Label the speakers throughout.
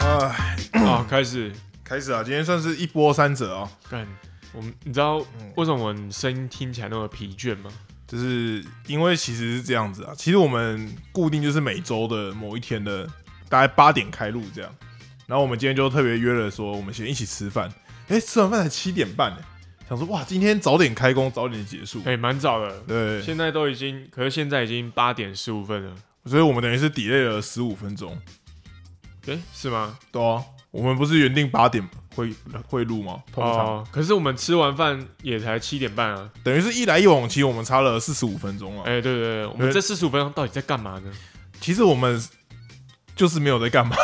Speaker 1: 哦开始
Speaker 2: 呃开始啊！今天算是一波三折哦，
Speaker 1: 干。我们你知道为什么我们声音听起来那么疲倦吗？
Speaker 2: 就是因为其实是这样子啊，其实我们固定就是每周的某一天的大概八点开录这样，然后我们今天就特别约了说我们先一起吃饭，哎、吃完饭才七点半呢、想说哇今天早点开工早点结束，
Speaker 1: 哎、蛮早的，
Speaker 2: 对，
Speaker 1: 现在都已经，可是现在已经八点十五分了，
Speaker 2: 所以我们等于是 delay 了十五分钟，
Speaker 1: 哎、是吗？
Speaker 2: 对啊，我们不是原定八点会会录吗？通常、
Speaker 1: 哦，可是我们吃完饭也才七点半啊。
Speaker 2: 等于是一来一往，其实我们差了四十五分钟啊。
Speaker 1: 哎、对对对，我们
Speaker 2: 对
Speaker 1: 这四十五分钟到底在干嘛呢？
Speaker 2: 其实我们就是没有在干嘛，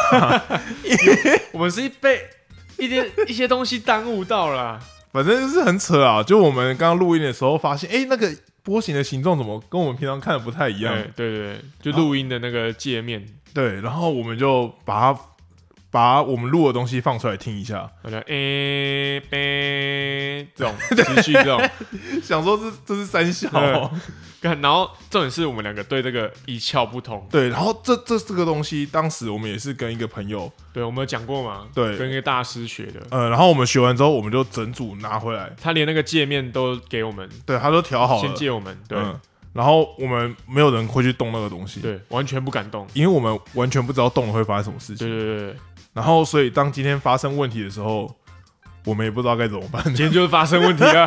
Speaker 1: 我们是被一些一些东西耽误到了啊、
Speaker 2: 反正就是很扯啊！就我们刚刚录音的时候发现，哎、那个波形的形状怎么跟我们平常看的不太一样？
Speaker 1: 哎对对对，就录音的那个界面，
Speaker 2: 对，然后我们就把它把我们录的东西放出来听一下，
Speaker 1: 好像诶呗 这种持续这种，
Speaker 2: 想说这这是三小、
Speaker 1: 干然后重点是我们两个对这个一窍不通。
Speaker 2: 对，然后这这这个东西，当时我们也是跟一个朋友，
Speaker 1: 对，我们有讲过嘛，
Speaker 2: 对
Speaker 1: 跟一个大师学的，
Speaker 2: 呃，然后我们学完之后，我们就整组拿回来，
Speaker 1: 他连那个界面都给我们，
Speaker 2: 对，他都调好
Speaker 1: 先
Speaker 2: 了，
Speaker 1: 借我们，对、
Speaker 2: 嗯，然后我们没有人会去动那个东西，
Speaker 1: 对，完全不敢动。
Speaker 2: 因为我们完全不知道动了会发生什么事
Speaker 1: 对
Speaker 2: 情。
Speaker 1: 对 对对，
Speaker 2: 然后，所以当今天发生问题的时候，我们也不知道该怎么办，
Speaker 1: 今天就是发生问题啊！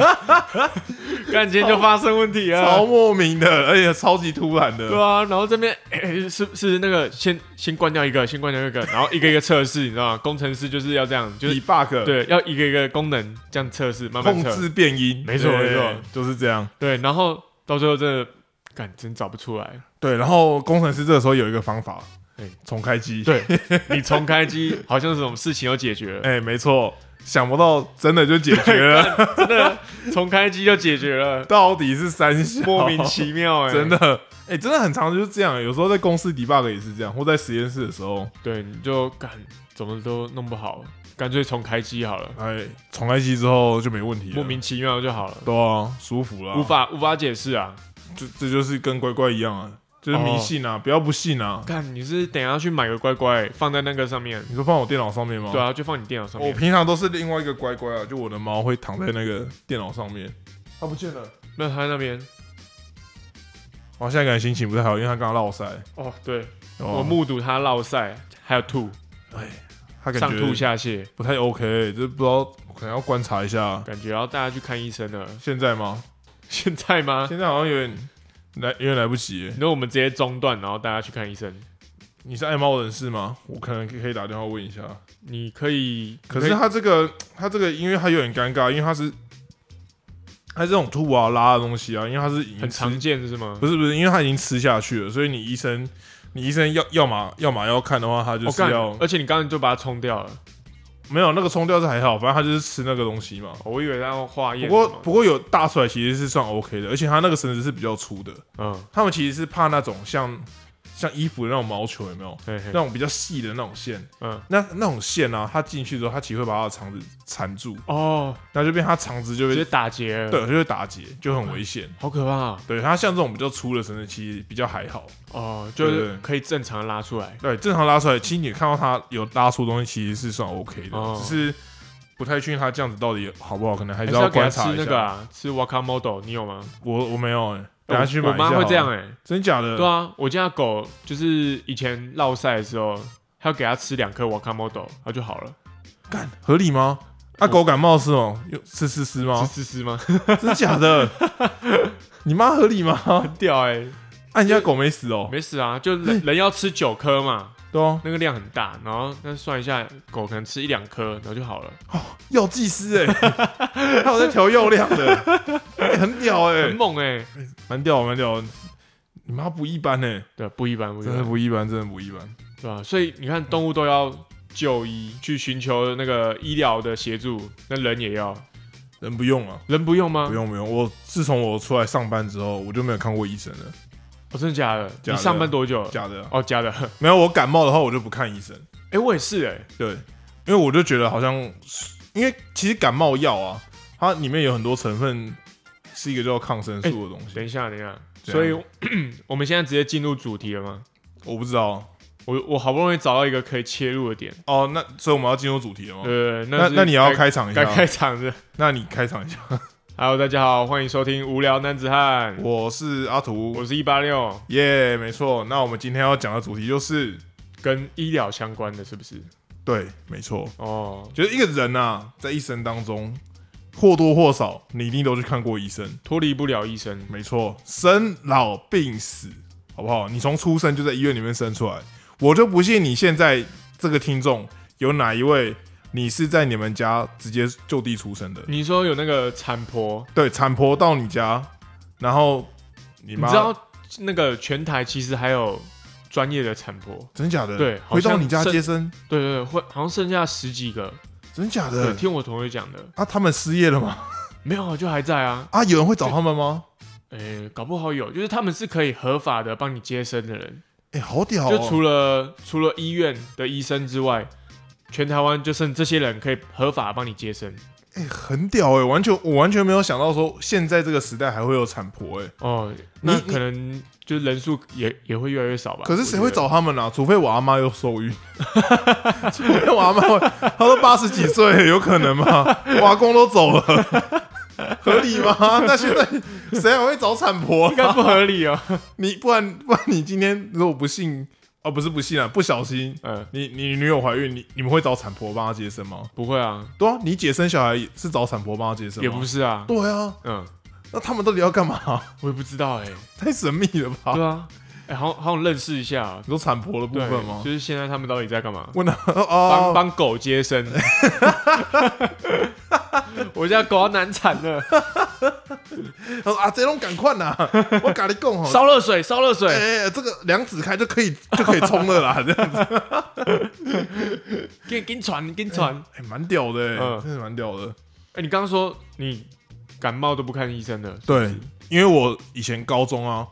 Speaker 1: 干，今天就发生问题啊
Speaker 2: 超！莫名的，而且超级突然的。
Speaker 1: 对啊，然后这边、哎是是那个先先关掉一个，先关掉一个，然后一个一个测试，你知道吗？工程师就是要这样，就是
Speaker 2: debug
Speaker 1: 对，要一个一个功能这样测试，慢慢
Speaker 2: 控
Speaker 1: 测。
Speaker 2: 制变音，
Speaker 1: 没错
Speaker 2: 对
Speaker 1: 没错，
Speaker 2: 就是这样。
Speaker 1: 对，然后到最后真的，干真找不出来。
Speaker 2: 对，然后工程师这个时候有一个方法
Speaker 1: 对，
Speaker 2: 重开机。，
Speaker 1: 哎 对你重开机，好像是什么事情都解决了，
Speaker 2: 哎，没错，想不到真的就解决 了，
Speaker 1: 真的重开机就解决了，
Speaker 2: 到底是三小，
Speaker 1: 莫名其妙 哎、
Speaker 2: 真。的。哎、真的很常就是这样，有时候在公司 debug 也是这样，或在实验室的时候，
Speaker 1: 对，你就干怎么都弄不好，干脆重开机好了，
Speaker 2: 哎，重开机之后就没问题了，
Speaker 1: 莫名其妙就好了，
Speaker 2: 对啊，舒服了啊，
Speaker 1: 无法无法解释啊。
Speaker 2: 就这就是跟乖乖一样啊，就是
Speaker 1: 哦
Speaker 2: 迷信啊，不要不信啊。
Speaker 1: 干你是等一下去买个乖乖放在那个上面，
Speaker 2: 你说放我电脑上面吗？
Speaker 1: 对啊，就放你电脑上
Speaker 2: 我
Speaker 1: 面。
Speaker 2: 平常都是另外一个乖乖啊，就我的猫会躺在那个电脑上面，它不见了。
Speaker 1: 那他那边
Speaker 2: 我哦现在感觉心情不太好，因为它刚刚落腮，
Speaker 1: 哦，对
Speaker 2: 我
Speaker 1: 我目睹他落晒，还有吐，
Speaker 2: 它感
Speaker 1: 上吐
Speaker 2: 觉
Speaker 1: 下泻，
Speaker 2: 不太 OK，这不知道可能要观察一下。
Speaker 1: 感觉要带他去看医生了。
Speaker 2: 现在吗？
Speaker 1: 现在吗？
Speaker 2: 现在好像有点来，有点来不及耶。
Speaker 1: 你说我们直接中断，然后带他去看医生。
Speaker 2: 你是爱猫人士吗？我可能可以打电话问一下。
Speaker 1: 你可以，
Speaker 2: 可
Speaker 1: 你
Speaker 2: 是它这个，它这个，因为它有点尴尬，因为它是它这种吐啊、拉的东西啊，因为它是已经
Speaker 1: 很
Speaker 2: 吃
Speaker 1: 常见是吗？
Speaker 2: 不是不是，因为他已经吃下去了，所以你医生，你医生要要么要么要看的话，他就
Speaker 1: 我
Speaker 2: 是
Speaker 1: 哦干
Speaker 2: 要、，
Speaker 1: 而且你刚刚就把它冲掉了，
Speaker 2: 没有那个冲掉是还好，反正他就是吃那个东西嘛。
Speaker 1: 哦我以为他要化
Speaker 2: 不
Speaker 1: 验。
Speaker 2: 过不过有大出来其实是算 OK 的，而且他那个绳子是比较粗的，
Speaker 1: 嗯，
Speaker 2: 他们其实是怕那种像像衣服的那种毛球有没有？
Speaker 1: 嘿嘿
Speaker 2: 那，种比较细的那种线，
Speaker 1: 嗯，
Speaker 2: 那那种线啊，它进去之后，它其实会把它的肠子缠住，
Speaker 1: 哦，
Speaker 2: 那就变它肠子就
Speaker 1: 直
Speaker 2: 会
Speaker 1: 接打结了，
Speaker 2: 对，就会打结，就很危险。
Speaker 1: 好可怕啊
Speaker 2: 对，它像这种比较粗的绳子，其实比较还好。
Speaker 1: 哦，就
Speaker 2: 对对
Speaker 1: 是
Speaker 2: 对
Speaker 1: 可以正常拉出来。
Speaker 2: 对，正常拉出来，其实你看到它有拉出东西，其实是算 OK 的，
Speaker 1: 哦
Speaker 2: 只是不太确定它这样子到底好不好，可能还
Speaker 1: 还
Speaker 2: 是
Speaker 1: 是要给他
Speaker 2: 观
Speaker 1: 吃
Speaker 2: 察一下。
Speaker 1: 那个啊，吃 Waka Model，你有吗？
Speaker 2: 我我没有、欸，等下去买
Speaker 1: 我
Speaker 2: 一下
Speaker 1: 妈
Speaker 2: 好
Speaker 1: 会
Speaker 2: 了嗯
Speaker 1: 这样，哎，
Speaker 2: 真假的？
Speaker 1: 对啊，我家的狗就是以前落晒的时候，还要给它吃两颗 Waka Model，它就好了。
Speaker 2: 干合理吗？啊，
Speaker 1: 我
Speaker 2: 狗感冒是哦，有是是是
Speaker 1: 是
Speaker 2: 吗？
Speaker 1: 思思吗？
Speaker 2: 真假的？你妈合理吗？
Speaker 1: 掉哎，
Speaker 2: 啊，你家狗没死哦？
Speaker 1: 没事啊，就 人人要吃九颗嘛，
Speaker 2: 对哦，
Speaker 1: 那个量很大，然后那算一下，狗可能吃一两颗，然后就好了，
Speaker 2: 药剂师哎、欸，他有在调药量的，欸很屌哎、
Speaker 1: 很
Speaker 2: 欸，
Speaker 1: 猛哎、
Speaker 2: 蛮屌蛮屌，你妈不一般哎、欸，
Speaker 1: 对，不一般，不一
Speaker 2: 真的
Speaker 1: 般，
Speaker 2: 不一般，真的不一般。
Speaker 1: 对吧、所以
Speaker 2: 嗯
Speaker 1: 你看，动物都要就医，去寻求那个医疗的协助，那人也要，
Speaker 2: 人不用啊，
Speaker 1: 人不用吗？
Speaker 2: 不用不用，我自从我出来上班之后，我就没有看过医生了。
Speaker 1: 哦，真的假的？
Speaker 2: 假的
Speaker 1: 你上班多久了？
Speaker 2: 假的啊，
Speaker 1: 哦，假的。 哎、
Speaker 2: 没有我感冒的话，我就不看医生。
Speaker 1: 我也是哎、
Speaker 2: 对，因为我就觉得好像，因为其实感冒药啊，它里面有很多成分是一个叫抗生素的东西，啊
Speaker 1: 等一下，等一下，
Speaker 2: 怎样
Speaker 1: 所以我们现在直接进入主题了吗？
Speaker 2: 我不知道。
Speaker 1: 我我好不容易找到一个可以切入的点，
Speaker 2: 哦，那所以我们要进入主题了吗？
Speaker 1: 对，
Speaker 2: 哦那
Speaker 1: 那
Speaker 2: 那
Speaker 1: 那
Speaker 2: 你要开场一
Speaker 1: 该
Speaker 2: 下，啊
Speaker 1: 开场的。
Speaker 2: 那你开场一下。
Speaker 1: Hello，大家好，欢迎收听无聊男子汉，
Speaker 2: 我是阿图
Speaker 1: 我，是一八六，
Speaker 2: 耶没错。那我们今天要讲的主题就是，
Speaker 1: 跟医疗相关的是不是？
Speaker 2: 对，没错，
Speaker 1: 哦，
Speaker 2: 就是一个人啊，在一生当中或多或少，你一定都去看过医生，
Speaker 1: 脱离不了医生，
Speaker 2: 没错，生老病死，好不好？你从出生就在医院里面生出来，我就不信你现在这个听众有哪一位你是在你们家直接就地出生的，
Speaker 1: 你说有那个产婆，
Speaker 2: 对，产婆到你家，然后你
Speaker 1: 你
Speaker 2: 妈
Speaker 1: 知道那个全台其实还有专业的产婆，
Speaker 2: 真假的？
Speaker 1: 对
Speaker 2: 回
Speaker 1: 好
Speaker 2: 到
Speaker 1: 像
Speaker 2: 你家
Speaker 1: 剩
Speaker 2: 接生，
Speaker 1: 对对对，会好像剩下十几个，
Speaker 2: 真假
Speaker 1: 对，
Speaker 2: 的？
Speaker 1: 听我同学讲的，
Speaker 2: 啊，他们失业了吗？
Speaker 1: 没有啊，就还在啊，
Speaker 2: 啊，有人会找他们吗？
Speaker 1: 诶，搞不好有，就是他们是可以合法的帮你接生的人，
Speaker 2: 哎、好屌、哦！
Speaker 1: 就除了除了医院的医生之外，全台湾就剩这些人可以合法帮你接生。
Speaker 2: 哎、很屌哎、完全我完全没有想到说现在这个时代还会有产婆哎、
Speaker 1: 哦，那
Speaker 2: 你
Speaker 1: 可能就人数也也会越来越少吧。
Speaker 2: 可是谁会
Speaker 1: 我觉得？
Speaker 2: 找他们啊？除非我阿妈又受孕， 除非我阿妈会，她都八十几岁了，有可能吗？我阿公都走了， 合理 吗？那现在谁还会找产婆
Speaker 1: 应？该不合理哦。
Speaker 2: 你不然不然你今天如果不幸哦，不是不幸啊，不小心
Speaker 1: 嗯，
Speaker 2: 你你女友怀孕，你你们会找产婆帮她接生吗？
Speaker 1: 不会啊，
Speaker 2: 对啊，你姐生小孩是找产婆帮她接生吗？
Speaker 1: 也不是啊。
Speaker 2: 对啊，
Speaker 1: 嗯，
Speaker 2: 那他们到底要干嘛？
Speaker 1: 我也不知道哎。
Speaker 2: 太神秘了吧？
Speaker 1: 对啊，哎，好好想认识一下啊
Speaker 2: 你说产婆的部
Speaker 1: 对
Speaker 2: 分吗？
Speaker 1: 就是现在他们到底在干嘛？
Speaker 2: 问他
Speaker 1: 帮
Speaker 2: 哦，
Speaker 1: 帮狗接生。 我家狗要难产了，
Speaker 2: 他说啊，这种赶快 呐，我咖喱贡吼，
Speaker 1: 烧热水，烧热水。
Speaker 2: 哎、这个两指开就可以就可以冲了 啦，这样子，
Speaker 1: 给给你传，给你传。
Speaker 2: 哎、蛮屌的、欸，
Speaker 1: 嗯
Speaker 2: 真的蛮屌的。
Speaker 1: 哎、你刚刚说你感冒都不看医生的，
Speaker 2: 对，因为我以前高中啊，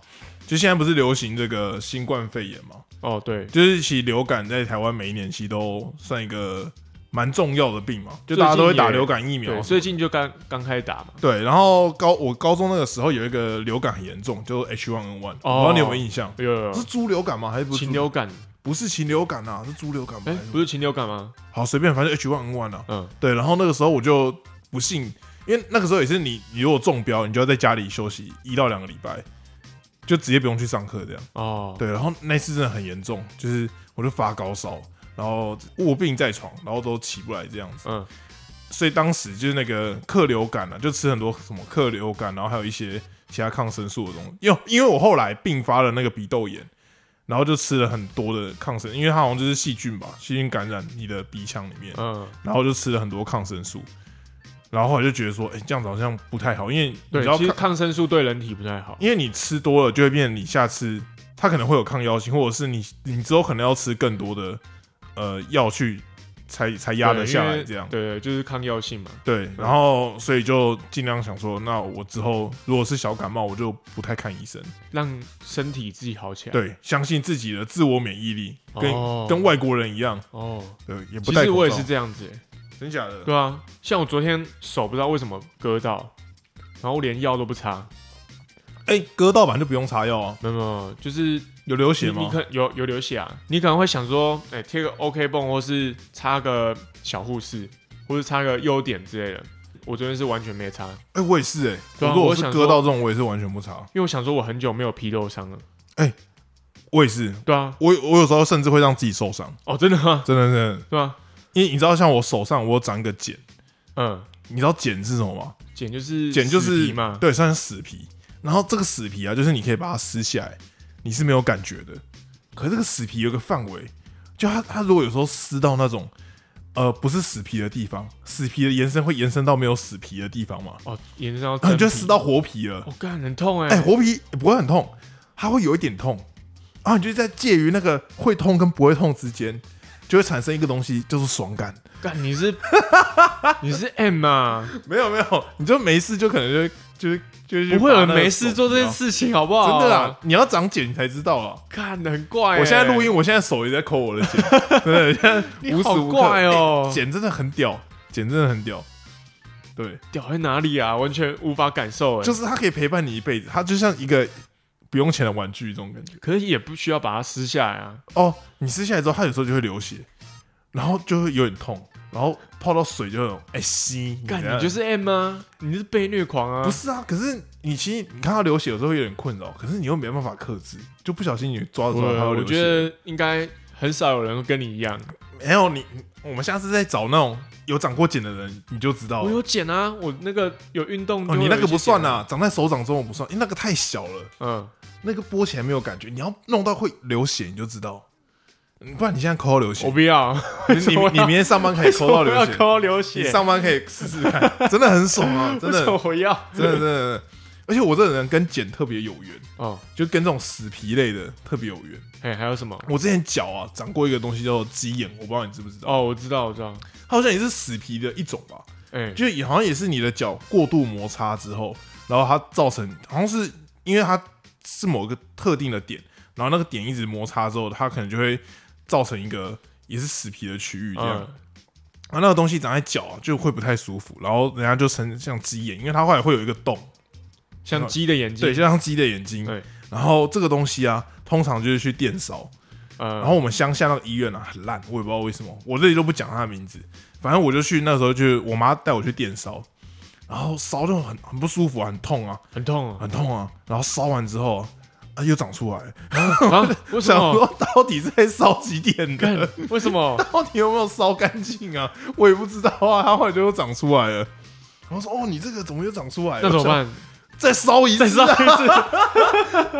Speaker 2: 就现在不是流行这个新冠肺炎嘛，
Speaker 1: 哦，对，
Speaker 2: 就是其实流感在台湾每一年其实都算一个蛮重要的病嘛，就
Speaker 1: 最近
Speaker 2: 大家都会打
Speaker 1: 也
Speaker 2: 流感疫苗
Speaker 1: 对，，最近就刚刚开始打嘛，
Speaker 2: 对，然后高我高中那个时候有一个流感很严重，就是 H1N1，我不知道你有没有印象？
Speaker 1: 有有
Speaker 2: 是
Speaker 1: 有
Speaker 2: 猪流感吗？还是不是
Speaker 1: 哦嗯禽
Speaker 2: 猪
Speaker 1: 流感，
Speaker 2: 不是禽流感啊，是猪流感吗？
Speaker 1: 哎、
Speaker 2: 还是
Speaker 1: 不是禽流感吗？
Speaker 2: 好随便，反正 H1N1 啊。
Speaker 1: 嗯，
Speaker 2: 对，然后那个时候我就不信，因为那个时候也是你，你如果中标，你就要在家里休息一到两个礼拜，就直接不用去上课这样。
Speaker 1: 哦，
Speaker 2: 对，然后那次真的很严重，就是我就发高烧，然后卧病在床，然后都起不来这样子。
Speaker 1: 嗯，
Speaker 2: 所以当时就是那个克流感啊，就吃很多什么克流感，然后还有一些其他抗生素的东西。因为因为我后来并发了那个鼻窦炎，然后就吃了很多的抗生，因为它好像就是细菌吧，细菌感染你的鼻腔里面，
Speaker 1: 嗯，
Speaker 2: 然后就吃了很多抗生素。然后后来就觉得说，哎、这样子好像不太好，因为你知道
Speaker 1: 对，其实
Speaker 2: 抗，
Speaker 1: 抗生素对人体不太好，
Speaker 2: 因为你吃多了就会变成你下次它可能会有抗药性，或者是你你之后可能要吃更多的呃药去才才压得
Speaker 1: 对
Speaker 2: 下
Speaker 1: 因
Speaker 2: 来
Speaker 1: 为
Speaker 2: 这样。
Speaker 1: 对对，就是抗药性嘛，
Speaker 2: 对，然后所以就尽量想说，那我之后如果是小感冒，我就不太看医生。
Speaker 1: 让身体自己好起来。，
Speaker 2: 对，相信自己的自我免疫力，跟、
Speaker 1: 哦
Speaker 2: 跟外国人一样，
Speaker 1: 哦，
Speaker 2: 对，也不
Speaker 1: 其
Speaker 2: 戴口
Speaker 1: 实
Speaker 2: 罩。
Speaker 1: 我也是这样子、欸
Speaker 2: 真假的？
Speaker 1: 对啊，像我昨天手不知道为什么割到，然后连药都不擦，
Speaker 2: 哎、割到板就不用擦药啊，
Speaker 1: 没有没有，就是
Speaker 2: 有流血
Speaker 1: 你你
Speaker 2: 吗？
Speaker 1: 可有有流血啊？你可能会想说，哎、贴个 OK 泵，或是插个小护士，或是插个优点之类的。我昨天是完全没插，
Speaker 2: 哎、我也是哎、
Speaker 1: 对啊
Speaker 2: 如果
Speaker 1: 我
Speaker 2: 是
Speaker 1: 想
Speaker 2: 割
Speaker 1: 说
Speaker 2: 到这种，我也是完全不擦。
Speaker 1: 因为我想说我很久没有皮肉伤了。
Speaker 2: 我也是，
Speaker 1: 对啊，
Speaker 2: 我我有时候甚至会让自己受伤，
Speaker 1: 哦，真的吗？
Speaker 2: 真的真的，
Speaker 1: 对啊，
Speaker 2: 因为你知道，像我手上我有长一个茧，
Speaker 1: 嗯，
Speaker 2: 你知道茧是什么吗？
Speaker 1: 剪就是
Speaker 2: 茧就是
Speaker 1: 死皮嘛，
Speaker 2: 对，算是死皮。然后这个死皮啊，就是你可以把它撕下来，你是没有感觉的。可是这个死皮有个范围，就它它如果有时候撕到那种呃不是死皮的地方，死皮的延伸会延伸到没有死皮的地方嘛，
Speaker 1: 哦，延伸到
Speaker 2: 然后啊你就
Speaker 1: 真皮
Speaker 2: 撕，到活皮了。
Speaker 1: 我、哦、干很痛哎、
Speaker 2: 哎、活皮也不会很痛，它会有一点痛，然后你就在介于那个会痛跟不会痛之间，就会产生一个东西，就是爽感。
Speaker 1: 干你是 你是 M 啊？
Speaker 2: 没有没有，你就没事就可能就会就是就是去
Speaker 1: 不会有
Speaker 2: 拔
Speaker 1: 人
Speaker 2: 那个
Speaker 1: 没事
Speaker 2: 手
Speaker 1: 做这
Speaker 2: 指
Speaker 1: 件
Speaker 2: 啊
Speaker 1: 事情好不好？
Speaker 2: 真的啦，，你要长茧你才知道啊。
Speaker 1: 啊干很怪欸、
Speaker 2: 我现在录音，我现在手也在抠我的茧， 对，现
Speaker 1: 你
Speaker 2: 在无时
Speaker 1: 好
Speaker 2: 无刻
Speaker 1: 怪哦
Speaker 2: 欸茧真的很屌，茧真的很屌。对，
Speaker 1: 屌在哪里啊？完全无法感受哎、
Speaker 2: 就是它可以陪伴你一辈子，它就像一个，不用钱的玩具这种感觉。
Speaker 1: 可是也不需要把它撕下来啊。
Speaker 2: 哦，你撕下来之后，它有时候就会流血，然后就会有点痛，然后泡到水就有种哎吸，
Speaker 1: 干，
Speaker 2: 知道
Speaker 1: 你就是 M 啊，你是被虐狂啊
Speaker 2: 不。是啊？可是你其实你看它流血有时候会有点困扰，可是你又没办法克制，就不小心你抓的时候它会
Speaker 1: 啊我
Speaker 2: 流血。
Speaker 1: 觉得应该很少有人会跟你一样。
Speaker 2: 没有你，你我们下次再找那种有长过茧的人，你就知道
Speaker 1: 我
Speaker 2: 了。
Speaker 1: 有剪啊，我那个有运动就
Speaker 2: 哦，
Speaker 1: 会有一些剪啊、
Speaker 2: 你那个不算啊，长在手掌中我不算，因为那个太小了，
Speaker 1: 嗯，
Speaker 2: 那个剥起来没有感觉。你要弄到会流血，你就知道。嗯不然你现在抠到流血
Speaker 1: 我，不要，
Speaker 2: 你你
Speaker 1: 我要
Speaker 2: 你明天上班可以抠到流
Speaker 1: 我
Speaker 2: 血
Speaker 1: 要，抠流
Speaker 2: 你
Speaker 1: 血，
Speaker 2: 上班可以试试看，真的很爽啊！真
Speaker 1: 为
Speaker 2: 的
Speaker 1: 什，么我要？
Speaker 2: 真的，真的真的。而且我这个人跟茧特别有缘，
Speaker 1: 哦，
Speaker 2: 就跟这种死皮类的特别有缘。
Speaker 1: 哎，还有什么？
Speaker 2: 我之前脚啊长过一个东西叫鸡眼，我不知道你知不知道，
Speaker 1: 哦，我知道，我知道，
Speaker 2: 它好像也是死皮的一种吧，
Speaker 1: 哎，
Speaker 2: 就也好像也是你的脚过度摩擦之后，然后它造成好像是因为它是某个特定的点，然后那个点一直摩擦之后，它可能就会造成一个也是死皮的区域这样。
Speaker 1: 嗯
Speaker 2: 啊，那个东西长在脚啊、就会不太舒服，然后人家就称像鸡眼，因为它后来会有一个洞，
Speaker 1: 像鸡的眼睛，
Speaker 2: 对，就像鸡的眼睛。
Speaker 1: 对，
Speaker 2: 然后这个东西啊，通常就是去电烧。
Speaker 1: 呃，
Speaker 2: 然后我们乡下那个医院啊，很烂，我也不知道为什么，我这里都不讲它的名字。反正我就去那时候就我妈带我去电烧，然后烧就很很不舒服啊，很痛啊，
Speaker 1: 很痛啊，
Speaker 2: 很痛啊。然后烧完之后啊，啊又长出来了，
Speaker 1: 啊为
Speaker 2: 我
Speaker 1: 什
Speaker 2: 想
Speaker 1: 么？
Speaker 2: 说 到底是在烧几点
Speaker 1: 干
Speaker 2: 的？
Speaker 1: 为什么？
Speaker 2: 到底有没有烧干净啊？我也不知道啊，它后来就又长出来了。然后说：“哦，你这个怎么又长出来了？
Speaker 1: 那怎么
Speaker 2: 我想？
Speaker 1: 办？
Speaker 2: 再烧一
Speaker 1: 再
Speaker 2: 次
Speaker 1: 上
Speaker 2: 啊！
Speaker 1: 一 次，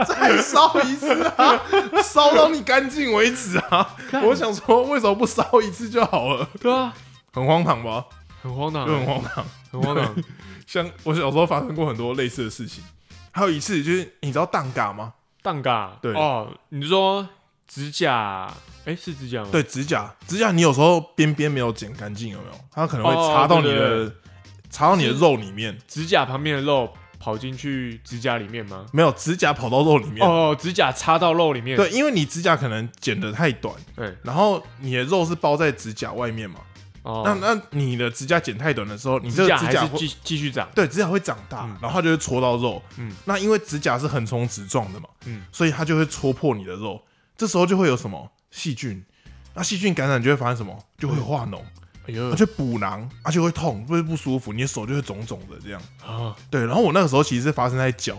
Speaker 2: 再烧一次啊！烧到你干净为止啊！
Speaker 1: 干
Speaker 2: 我想说，为什么不烧一次就好了？
Speaker 1: 对啊，
Speaker 2: 很荒唐吧？
Speaker 1: 很荒唐欸
Speaker 2: 就，很荒唐。
Speaker 1: 很荒唐，
Speaker 2: 像我小时候发生过很多类似的事情。还有一次就是，你知道蛋嘎吗？
Speaker 1: 蛋嘎，
Speaker 2: 对
Speaker 1: 哦，你说指甲，哎，是指甲吗？
Speaker 2: 对，指甲，指甲你有时候边边没有剪干净，有没有？它可能会
Speaker 1: 哦
Speaker 2: 插到你
Speaker 1: 对对
Speaker 2: 的，插到你的
Speaker 1: 是
Speaker 2: 肉里面。
Speaker 1: 指甲旁边的肉跑进去指甲里面吗？
Speaker 2: 没有，指甲跑到肉里面。
Speaker 1: 哦，指甲插到肉里面，
Speaker 2: 对，因为你指甲可能剪得太短，
Speaker 1: 对，
Speaker 2: 然后你的肉是包在指甲外面嘛。
Speaker 1: 哦，
Speaker 2: 那那你的指甲剪太短的时候，你这
Speaker 1: 指
Speaker 2: 个
Speaker 1: 甲
Speaker 2: 指
Speaker 1: 还
Speaker 2: 甲
Speaker 1: 是
Speaker 2: 会
Speaker 1: 继继续长，
Speaker 2: 对指甲会长大，
Speaker 1: 嗯
Speaker 2: 然后它就会戳到肉。
Speaker 1: 嗯
Speaker 2: 那因为指甲是横冲直撞的嘛，
Speaker 1: 嗯
Speaker 2: 所以它就会戳破你的肉。这时候就会有什么细菌，那细菌感染就会发生什么？就会化脓，
Speaker 1: 哎呦
Speaker 2: 而，且补囊，而且会痛，会不舒服，你的手就会肿肿的这样。
Speaker 1: 啊，
Speaker 2: 对，然后我那个时候其实是发生在脚，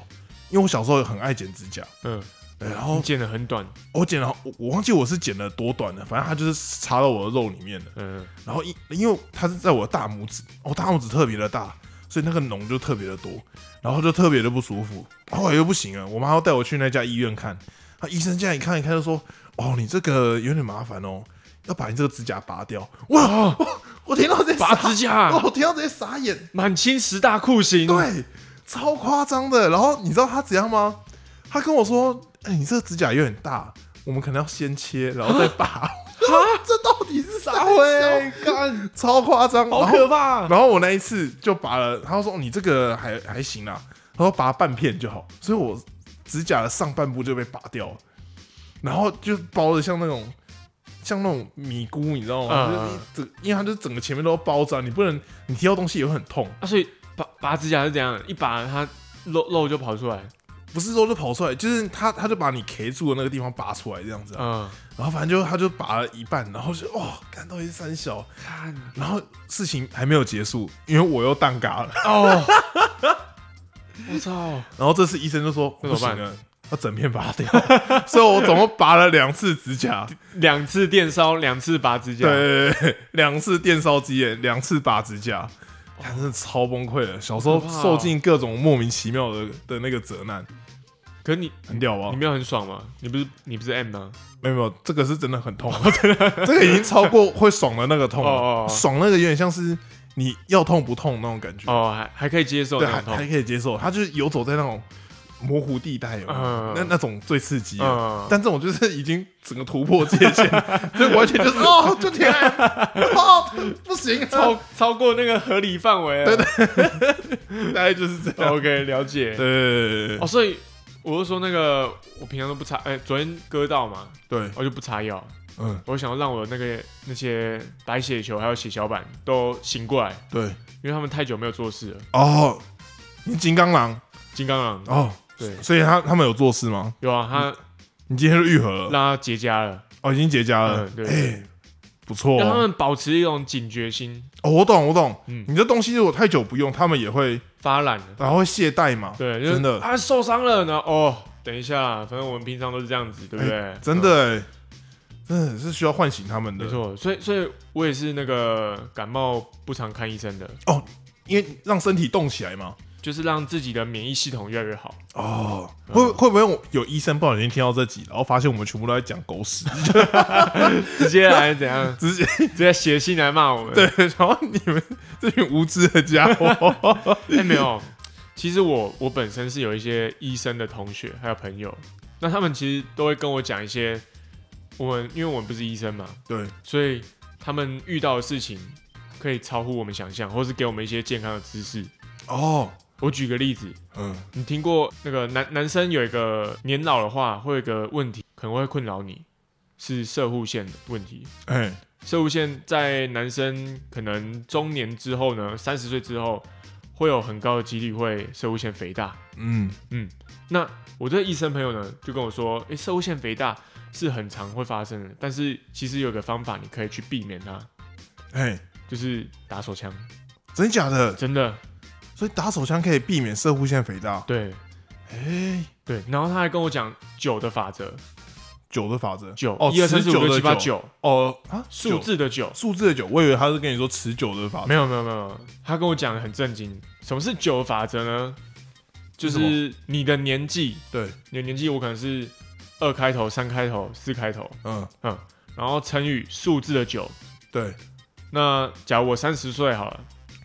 Speaker 2: 因为我小时候很爱剪指甲，
Speaker 1: 嗯，
Speaker 2: 对，然
Speaker 1: 你
Speaker 2: 后
Speaker 1: 剪的很短，
Speaker 2: 我剪了，我我忘记我是剪了多短的，反正它就是插到我的肉里面的。
Speaker 1: 嗯，
Speaker 2: 然后因因为它是在我的大拇指，我、大拇指特别的大，所以那个脓就特别的多，然后就特别的不舒服，后来又不行了，我妈要带我去那家医院看，那医生这样一看一看就说，哦，你这个有点麻烦哦，要把你这个指甲拔掉，哇，我我听到这
Speaker 1: 啊
Speaker 2: 哦
Speaker 1: 拔指甲
Speaker 2: 我听到这些傻眼，
Speaker 1: 满清十大酷刑，
Speaker 2: 对，超夸张的，然后你知道他怎样吗？他跟我说，哎、你这个指甲有点大，我们可能要先切，然后再 拔。这到底是啥
Speaker 1: 喂
Speaker 2: 回？干，超夸张，
Speaker 1: 好
Speaker 2: 然后
Speaker 1: 可怕，
Speaker 2: 然后我那一次就拔了，他说哦你这个还还行啦，他说拔半片就好，所以我指甲的上半部就被拔掉了，然后就包的像那种像那种米菇，你知道吗？
Speaker 1: 嗯
Speaker 2: 就是一整，因为它就整个前面都包着啊，你不能你踢到东西也会很痛，
Speaker 1: 啊，所以拔拔指甲是怎样？一拔它肉肉就跑出来，
Speaker 2: 不是说就跑出来，就是他他就把你 K 住的那个地方拔出来这样子啊、
Speaker 1: 嗯，
Speaker 2: 然后反正就他就拔了一半，然后就哦，看到一三小，
Speaker 1: 看，
Speaker 2: 然后事情还没有结束，因为我又蛋嘎 了。
Speaker 1: 哦，我操，
Speaker 2: 然后这次医生就说
Speaker 1: 那怎么办
Speaker 2: 不行 了要整片拔掉，所以我总共拔了两次指甲，
Speaker 1: 两次电烧，两次拔指甲，
Speaker 2: 对，对对对，两次电烧机眼，两次拔指甲，看真的超崩溃的。小时候
Speaker 1: 好可怕哦
Speaker 2: 受尽各种莫名其妙的的那个责难，
Speaker 1: 可是你
Speaker 2: 很屌
Speaker 1: 你
Speaker 2: 吧？
Speaker 1: 没有很爽吗？你不是你不是 M 吗？
Speaker 2: 没有没有，这个是真的很痛，这个已经超过会爽的那个痛
Speaker 1: 哦哦
Speaker 2: 了，
Speaker 1: 哦
Speaker 2: 爽那个有点像是你要痛不痛那种感觉，
Speaker 1: 哦，还还可以接受
Speaker 2: 嗯对，
Speaker 1: 那
Speaker 2: 还
Speaker 1: 种痛
Speaker 2: 还，可以接受，它就是游走在那种模糊地带，有没有
Speaker 1: 嗯
Speaker 2: 那那种最刺激了。
Speaker 1: 嗯，
Speaker 2: 但这种就是已经整个突破界限，所以完全就是哦，就天啊，哦，不行，超
Speaker 1: 超超过那个合理范围了，对
Speaker 2: 大概就是这样。
Speaker 1: ，OK，了解，
Speaker 2: 对对对
Speaker 1: 哦，所以我就说那个我平常都不擦，哎、昨天割到嘛，
Speaker 2: 对，
Speaker 1: 我就不擦药，
Speaker 2: 嗯，
Speaker 1: 我想要让我那个那些白血球还有血小板都醒过来，
Speaker 2: 对，
Speaker 1: 因为他们太久没有做事了。
Speaker 2: 哦，你金刚狼
Speaker 1: 金刚狼，
Speaker 2: 哦，嗯
Speaker 1: 对，
Speaker 2: 所以他他们有做事吗？
Speaker 1: 有啊，他
Speaker 2: 你今天就愈合了，
Speaker 1: 让他结痂了，
Speaker 2: 哦，已经结痂了
Speaker 1: 嗯，，对，
Speaker 2: 哎，不错
Speaker 1: 让他
Speaker 2: 哦。
Speaker 1: 们保持一种警觉心，
Speaker 2: 哦我懂，我懂。
Speaker 1: 嗯
Speaker 2: 你这东西如果太久不用，他们也会，
Speaker 1: 发懒了，
Speaker 2: 然后会懈怠嘛。
Speaker 1: 对，就是
Speaker 2: 真的，
Speaker 1: 啊受伤了呢，哦，等一下，反正我们平常都是这样子，对不对？
Speaker 2: 真
Speaker 1: 嗯，
Speaker 2: 的，哎真的是需要唤醒他们
Speaker 1: 没
Speaker 2: 的。
Speaker 1: 错，所以所以我也是那个感冒不常看医生的，
Speaker 2: 因为让身体动起来嘛。
Speaker 1: 就是让自己的免疫系统越来越好。
Speaker 2: 哦，
Speaker 1: 嗯
Speaker 2: 会会不会有有医生不小心听到这集，然后发现我们全部都在讲狗 屎，
Speaker 1: 直接来怎样？
Speaker 2: 直接
Speaker 1: 直接写信来骂我们？
Speaker 2: 对，然后你们这群无知的家伙，
Speaker 1: 哎、没有。其实我我本身是有一些医生的同学还有朋友，那他们其实都会跟我讲一些我们，因为我们不是医生嘛，
Speaker 2: 对，
Speaker 1: 所以他们遇到的事情可以超乎我们想象，或是给我们一些健康的知识。
Speaker 2: 哦，
Speaker 1: 我举个例子，
Speaker 2: 嗯，
Speaker 1: 你听过那个男男生有一个年老的话，会有一个问题可能会困扰你，是射护腺的问题。
Speaker 2: 哎，
Speaker 1: 射物线在男生可能中年之后呢，三十岁之后会有很高的几率会射物线肥大。
Speaker 2: 嗯，
Speaker 1: 那我这医生朋友呢，就跟我说，诶、射物线肥大是很常会发生的，但是其实有个方法你可以去避免它，
Speaker 2: 哎，
Speaker 1: 就是打手枪。
Speaker 2: 真假的？
Speaker 1: 真的，
Speaker 2: 所以打手枪可以避免射护腺肥大。
Speaker 1: 对
Speaker 2: 哎，
Speaker 1: 对。然后他还跟我讲九的法则，
Speaker 2: 九的法则，
Speaker 1: 九
Speaker 2: 哦，
Speaker 1: 一二三
Speaker 2: 持
Speaker 1: 四五
Speaker 2: 久
Speaker 1: 六
Speaker 2: 的
Speaker 1: 七八
Speaker 2: 九，
Speaker 1: 九，
Speaker 2: 哦啊，
Speaker 1: 数
Speaker 2: 九
Speaker 1: 字的九。
Speaker 2: 数字的九，我以为他是跟你说持久的法则。
Speaker 1: 没有没有没有没有，他跟我讲的很震惊。什么是九的法则呢？就是
Speaker 2: 什
Speaker 1: 是你的年纪，
Speaker 2: 对，
Speaker 1: 你的年纪我可能是二开头、三开头、四开头，
Speaker 2: 嗯，
Speaker 1: 然后乘以数字的九。
Speaker 2: 对，
Speaker 1: 那假如我三十岁好了，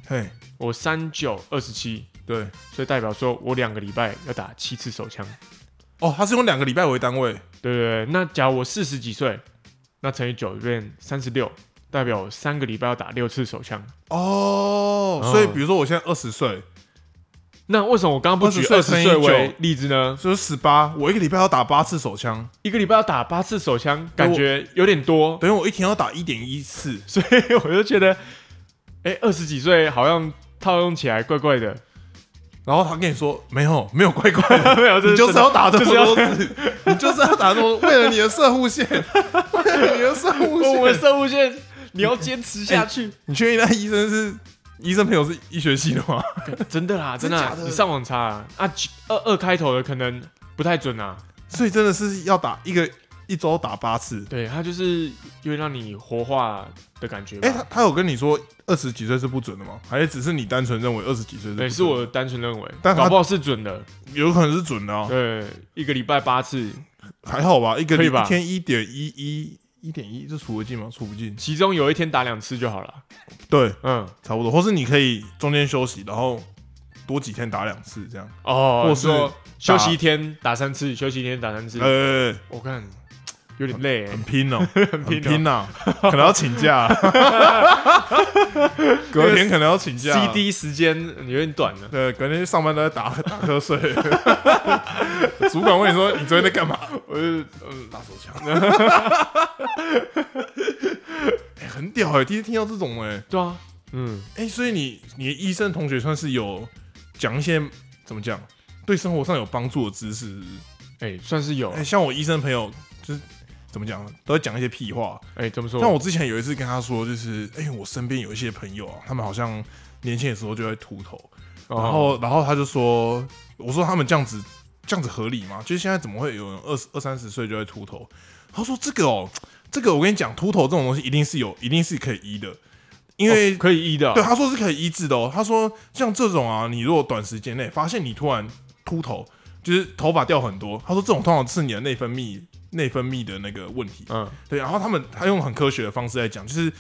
Speaker 2: 嘿，
Speaker 1: 我三九二十七，
Speaker 2: 对，
Speaker 1: 所以代表说我两个礼拜要打七次手枪，
Speaker 2: 哦，他是用两个礼拜为单位。
Speaker 1: 对对对。那假如我四十几岁，那乘以九就变三十六，代表我三个礼拜要打六次手枪。
Speaker 2: 哦，
Speaker 1: 嗯
Speaker 2: 所以比如说我现在二十岁，
Speaker 1: 那为什么我刚刚不举二
Speaker 2: 20岁
Speaker 1: 十
Speaker 2: 乘以
Speaker 1: 岁为
Speaker 2: 9
Speaker 1: 例子呢？
Speaker 2: 所以十八，我一个礼拜要打八次手枪，
Speaker 1: 一个礼拜要打八次手枪，感觉有点多，
Speaker 2: 等于我一天要打一点一次。
Speaker 1: 所以我就觉得，哎、二十几岁好像套用起来怪怪的。
Speaker 2: 然后他跟你说没有，没有怪怪 的，
Speaker 1: 没有，这
Speaker 2: 你就是
Speaker 1: 真的
Speaker 2: 要打这么
Speaker 1: 就是要
Speaker 2: 多次，你就是要打这么多，为了你的射护线，为了你的射护
Speaker 1: 我们
Speaker 2: 线。
Speaker 1: 生物线，你要坚持 下去。
Speaker 2: 你确定那医生是医生朋友是医学系的吗？
Speaker 1: 真的啦，
Speaker 2: 真
Speaker 1: 真的
Speaker 2: 假
Speaker 1: 啦，
Speaker 2: 的
Speaker 1: 你上网查啊，啊九二二开头的可能不太准啊。
Speaker 2: 所以真的是要打一个一周打八次。
Speaker 1: 对，啊它就是有点让你活化的感觉吧。
Speaker 2: 哎、他他有跟你说二十几岁是不准的吗？还是只是你单纯认为二十几岁是不准的？
Speaker 1: 对，是我单纯认为，
Speaker 2: 但它
Speaker 1: 搞不好是准的。
Speaker 2: 有可能是准的啊，
Speaker 1: 对，一个礼拜八次，
Speaker 2: 还好吧，一个
Speaker 1: 可以
Speaker 2: 礼
Speaker 1: 吧
Speaker 2: 一天一点一一一点一，这数得进吗？数不进。
Speaker 1: 其中有一天打两次就好了。
Speaker 2: 对，
Speaker 1: 嗯，
Speaker 2: 差不多，或是你可以中间休息，然后多几天打两次这样。
Speaker 1: 哦，
Speaker 2: 或是
Speaker 1: 说休息一天打三次，休息一天打三次。
Speaker 2: 呃，
Speaker 1: 我看有点累、欸
Speaker 2: 很， 拼哦，很
Speaker 1: 拼哦
Speaker 2: 拼呐，可能要请假，啊 隔天可能要请假。啊
Speaker 1: CD 时间有点短啊了。
Speaker 2: 对，隔天上班都在打打瞌睡。 主管问你说你昨天在干嘛？呃
Speaker 1: 我就
Speaker 2: 打手枪。欸很屌哎、第一次听到这种哎、欸、
Speaker 1: 对啊，嗯，
Speaker 2: 哎、所以你你的医生同学算是有讲一些怎么讲对生活上有帮助的知识是不是
Speaker 1: 哎、算是有
Speaker 2: 哎、，像我医生朋友就是怎么讲呢，都会讲一些屁话。
Speaker 1: 哎、怎么说？
Speaker 2: 像我之前有一次跟他说，就是哎、我身边有一些朋友啊，他们好像年轻的时候就在秃头，
Speaker 1: 哦
Speaker 2: 然后然后他就说，我说他们这样子这样子合理吗？就是现在怎么会有人二十二三十岁就在秃头？他说这个哦，这个我跟你讲，秃头这种东西一定是有，一定是可以医的，因为、
Speaker 1: 哦可以医的啊、
Speaker 2: 对，他说是可以医治的哦。他说像这种啊，你如果短时间内发现你突然秃头，就是头发掉很多，他说这种通常是你的内分泌内分泌的那个问题。
Speaker 1: 嗯，
Speaker 2: 对，然后他们他用很科学的方式来讲，就是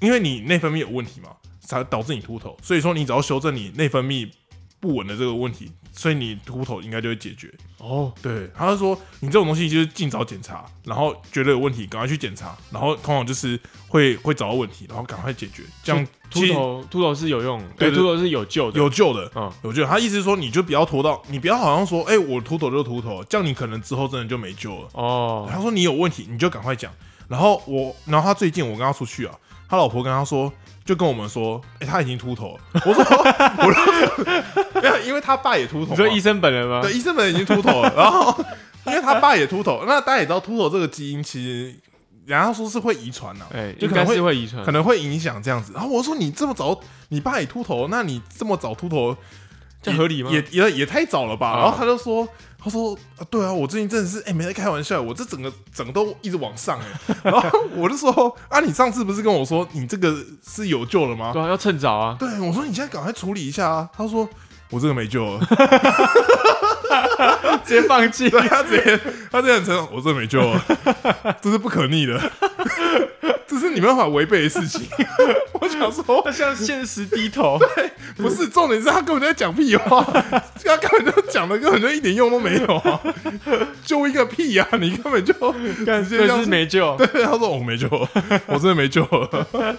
Speaker 2: 因为你内分泌有问题嘛，才导致你秃头。所以说你只要修正你内分泌不稳的这个问题，所以你秃头应该就会解决。
Speaker 1: 哦，
Speaker 2: 对，他就说你这种东西就是尽早检查，然后觉得有问题赶快去检查，然后通常就是会会找到问题，然后赶快解决，这样
Speaker 1: 秃
Speaker 2: 其实
Speaker 1: 头秃头是有用，
Speaker 2: 对
Speaker 1: 对，
Speaker 2: 对
Speaker 1: 秃头是有救的，
Speaker 2: 有救的。
Speaker 1: 嗯，
Speaker 2: 有救。他意思是说，你就不要拖到，你不要好像说，哎、我秃头就秃头，这样你可能之后真的就没救了。
Speaker 1: 哦，
Speaker 2: 他啊说你有问题，你就赶快讲。然后我，然后他最近我跟他出去啊，他老婆跟他说，就跟我们说，哎、他已经秃头了。我说，我说， 没有，因为他爸也秃头
Speaker 1: 你
Speaker 2: 嘛。
Speaker 1: 说医生本人吗？
Speaker 2: 对，医生们已经秃头了，然后因为他爸也秃头，那大家也知道秃头这个基因其实，然后说是会遗传啊呐、
Speaker 1: 哎，
Speaker 2: 就
Speaker 1: 应
Speaker 2: 可能
Speaker 1: 该
Speaker 2: 会
Speaker 1: 是会遗传
Speaker 2: 可。能会影响这样子。然后我说你这么早，你爸也秃头，那你这么早秃头，
Speaker 1: 这
Speaker 2: 也
Speaker 1: 合理吗
Speaker 2: 也也也太早了吧？
Speaker 1: 啊
Speaker 2: 然后他就说。他说：“啊对啊，我最近真的是哎、没在开玩笑，我这整个整个都一直往上 哎、然后我就说：啊，你上次不是跟我说你这个是有救了吗？
Speaker 1: 对啊，要趁早啊。
Speaker 2: 对，我说你现在赶快处理一下啊。他说：我这个没救了。
Speaker 1: 直接放弃。
Speaker 2: 对他直接他直接很承认，我这没救了，这是不可逆的， 这是你没办法违背的事情。我想说，
Speaker 1: 他向现实低头，
Speaker 2: 不是重点是他根本就在讲屁话， 他根本就讲的根本就一点用都没有啊， 救一个屁呀、你根本就
Speaker 1: 但
Speaker 2: 直接这样
Speaker 1: 是
Speaker 2: 子
Speaker 1: 没救。
Speaker 2: 对， 他说我哦没救了，我真的没救了。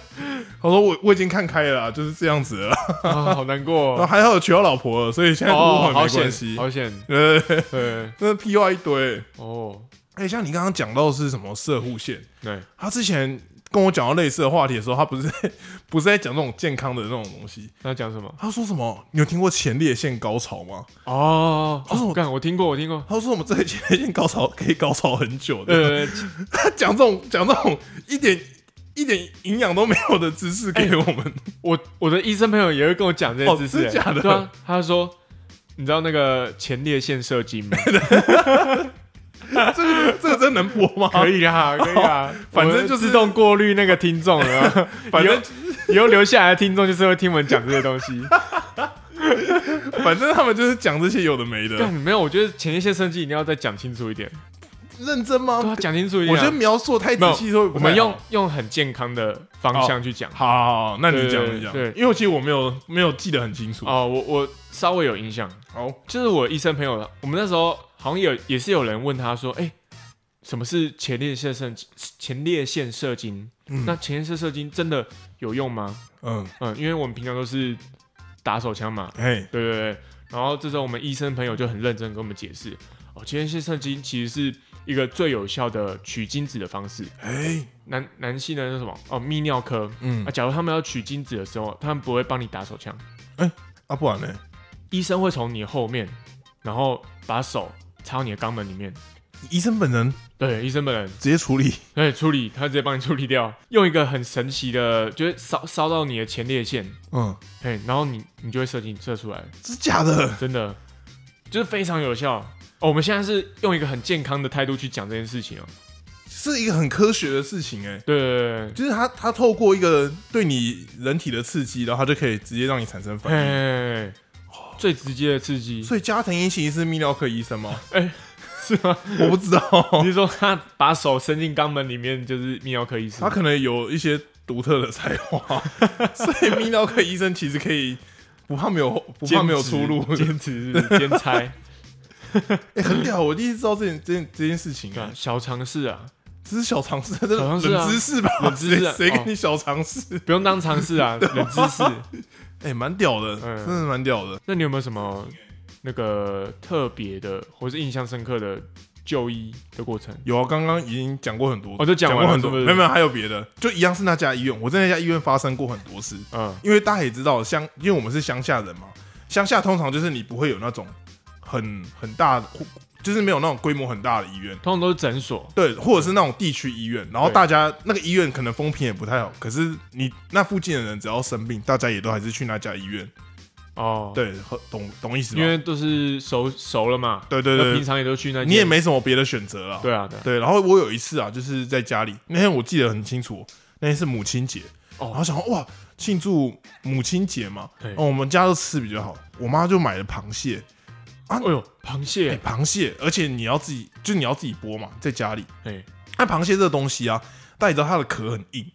Speaker 2: 他说我我已经看开了啊、就是这样子了。
Speaker 1: 啊，好难
Speaker 2: 然后
Speaker 1: 过。
Speaker 2: 还好有娶到老婆了，所以现在跟我
Speaker 1: 哦，
Speaker 2: 也
Speaker 1: 好
Speaker 2: 没关
Speaker 1: 险，
Speaker 2: 系。
Speaker 1: 好险。
Speaker 2: 呃，
Speaker 1: 对，
Speaker 2: 真的屁话一堆。
Speaker 1: 哦，
Speaker 2: 哎、像你刚刚讲到是什么射护线，
Speaker 1: 对，
Speaker 2: 他之前跟我讲到类似的话题的时候，他不是 在不是在讲那种健康的那种东西，
Speaker 1: 那讲什么？
Speaker 2: 他说什么？你有听过前列腺高潮吗？哦
Speaker 1: 哦，哦，干，我听过，我听过。
Speaker 2: 他说我们这里前列腺高潮可以高潮很久的。
Speaker 1: 呃，
Speaker 2: 他讲这种讲这种一点一点营养都没有的知识给我们，
Speaker 1: 我我的医生朋友也会跟我讲这些
Speaker 2: 哦
Speaker 1: 哎知
Speaker 2: 真
Speaker 1: 识、
Speaker 2: 的
Speaker 1: 欸，
Speaker 2: 假的
Speaker 1: 对啊，他说，你知道那个前列腺射精吗？
Speaker 2: 这个这个真的能播吗？
Speaker 1: 可以啦，可以 啦，
Speaker 2: 反正就是
Speaker 1: 我自动过滤那个听众了 啊。
Speaker 2: 反正
Speaker 1: 以后以后留下来的听众就是会听我们讲这些东 西。
Speaker 2: 反正他们就是讲这些有的没的
Speaker 1: 但，没有，我觉得前列腺射精一定要再讲清楚一点，
Speaker 2: 认真吗？
Speaker 1: 对啊，讲清楚一点
Speaker 2: 我
Speaker 1: 啊。
Speaker 2: 觉得描述得太仔细，说
Speaker 1: 我们用用很健康的方向去讲。
Speaker 2: 好好好，那你讲
Speaker 1: 对
Speaker 2: 你讲，
Speaker 1: 对
Speaker 2: 因为其实我没有没有记得很清楚。
Speaker 1: 哦，我我稍微有印象，
Speaker 2: 好，
Speaker 1: 就是我医生朋友，我们那时候好像有也是有人问他说，哎、什么是前列腺射前列腺射精？
Speaker 2: 嗯
Speaker 1: 那前列腺射精真的有用吗？
Speaker 2: 嗯，
Speaker 1: 嗯，因为我们平常都是打手枪嘛，
Speaker 2: 嘿，
Speaker 1: 对对对。然后这时候我们医生朋友就很认真跟我们解释，哦，前列腺射精其实是一个最有效的取精子的方式。
Speaker 2: 嘿，
Speaker 1: 男男性呢是什么？哦，泌尿科。
Speaker 2: 哎嗯
Speaker 1: 啊，，假如他们要取精子的时候，他们不会帮你打手枪，
Speaker 2: 啊，不然呢？
Speaker 1: 医生会从你后面，然后把手插到你的肛门里面。
Speaker 2: 医生本人
Speaker 1: 对，医生本人，
Speaker 2: 直接处理，
Speaker 1: 对，处理，他直接帮你处理掉，用一个很神奇的，就是烧烧到你的前列腺，
Speaker 2: 嗯，
Speaker 1: 嘿，然后你你就会射精射出来，
Speaker 2: 是假的，
Speaker 1: 真的就是非常有效。哦，我们现在是用一个很健康的态度去讲这件事情哦。
Speaker 2: 是一个很科学的事情哎、
Speaker 1: 对对对
Speaker 2: 就是他他透过一个对你人体的刺激，然后他就可以直接让你产生
Speaker 1: 对
Speaker 2: 反应。
Speaker 1: 对，嘿，最直接的刺激
Speaker 2: 所以加藤英其实是泌尿科医生吗？
Speaker 1: 是吗？
Speaker 2: 我不知道，
Speaker 1: 你是说他把手伸进肛门里面就是泌尿科医
Speaker 2: 他
Speaker 1: 生？
Speaker 2: 可能有一些独特的才 华，所以泌尿科医生其实可以不怕没有不怕没有出路，
Speaker 1: 兼职是不是兼差，
Speaker 2: 欸很屌。我第一次知道这件这件这件事情
Speaker 1: 对啊
Speaker 2: 啊，，
Speaker 1: 小尝试啊，
Speaker 2: 这是小常识，这是
Speaker 1: 常识啊
Speaker 2: 冷知识吧？
Speaker 1: 冷知识啊
Speaker 2: 谁谁
Speaker 1: 哦
Speaker 2: 给你小常识？
Speaker 1: 不用当尝试 啊，冷知识。
Speaker 2: 哎，蛮屌的，
Speaker 1: 嗯
Speaker 2: 真的蛮屌的。
Speaker 1: 那你有没有什么那个特别的，或是印象深刻的就医的过程？
Speaker 2: 有啊，刚刚已经讲过很多，
Speaker 1: 哦就讲
Speaker 2: 讲
Speaker 1: 完
Speaker 2: 过很
Speaker 1: 了
Speaker 2: 多，
Speaker 1: 是不是
Speaker 2: 没有没有，还有别的，就一样是那家医院，我在那家医院发生过很多事，
Speaker 1: 嗯，
Speaker 2: 因为大家也知道乡，因为我们是乡下人嘛，乡下通常就是你不会有那种很很大，就是没有那种规模很大的医院。
Speaker 1: 通常都是诊所，
Speaker 2: 对，或者是那种地区医院，然后
Speaker 1: 对
Speaker 2: 大家那个医院可能风评也不太好，可是你那附近的人只要生病，大家也都还是去那家医院。
Speaker 1: 哦，，
Speaker 2: 对，和懂懂意思吗？
Speaker 1: 因为都是熟熟了嘛，
Speaker 2: 对对
Speaker 1: 那
Speaker 2: 对
Speaker 1: 平，常也都去那间，
Speaker 2: 你也没什么别的选择了。
Speaker 1: 对啊，对啊，
Speaker 2: 对，然后我有一次啊，就是在家里那天我记得很清楚，那天是母亲节，
Speaker 1: 哦
Speaker 2: 然后想说哇庆祝母亲节嘛，
Speaker 1: 对
Speaker 2: 然后我们家都吃比较好，我妈就买了螃蟹，
Speaker 1: 哎呦，螃
Speaker 2: 哎、
Speaker 1: 蟹，
Speaker 2: 螃蟹，而且你要自己就你要自己剥嘛，在家里，
Speaker 1: 哎，
Speaker 2: 那螃蟹这个东西啊，大家也知道它的壳很硬，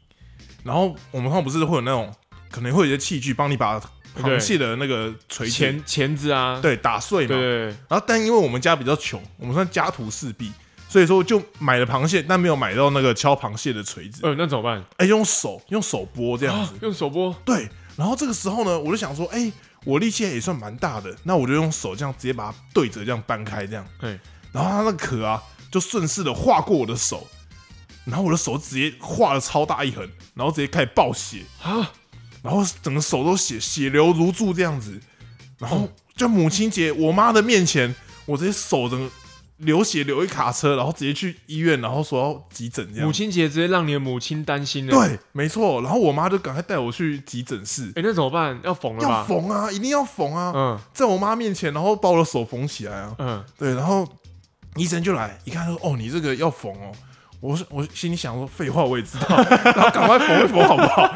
Speaker 2: 然后我们通常不是会有那种可能会有一些器具帮你把螃
Speaker 1: 对
Speaker 2: 蟹的那个锤子
Speaker 1: 钳钳子啊，
Speaker 2: 对打碎
Speaker 1: 对
Speaker 2: 嘛，
Speaker 1: 对对，
Speaker 2: 然后但因为我们家比较穷，我们算家徒四壁，所以说就买了螃蟹，但没有买到那个敲螃蟹的锤子，哎、
Speaker 1: 呃，那怎么办？
Speaker 2: 用手用手剥这样
Speaker 1: 啊
Speaker 2: 子，
Speaker 1: 用手剥，
Speaker 2: 对。然后这个时候呢，我就想说，哎、我力气也算蛮大的，那我就用手这样直接把它对折，这样掰开这样，
Speaker 1: 哎，
Speaker 2: 然后它那个壳啊，就顺势的划过我的手，然后我的手直接划了超大一横，然后直接开始爆血，
Speaker 1: 啊，
Speaker 2: 然后整个手都血血流如注这样子，然后就母亲节我妈的面前，我直接手整个流血流一卡车，然后直接去医院，然后说要急诊这
Speaker 1: 母
Speaker 2: 样。
Speaker 1: 亲节直接让你的母亲担心了。哎、
Speaker 2: 对，没错。然后我妈就赶快带我去急诊室，
Speaker 1: 那怎么办？要缝了
Speaker 2: 要
Speaker 1: 吧？
Speaker 2: 缝啊，一定要缝啊，
Speaker 1: 嗯
Speaker 2: 在我妈面前，然后把我的手缝起来啊。
Speaker 1: 嗯，
Speaker 2: 对，然后医生就来一看说：“哦，你这个要缝哦。”我是我心里想说：“废话，我也知道， 然后赶快缝一缝好不好？”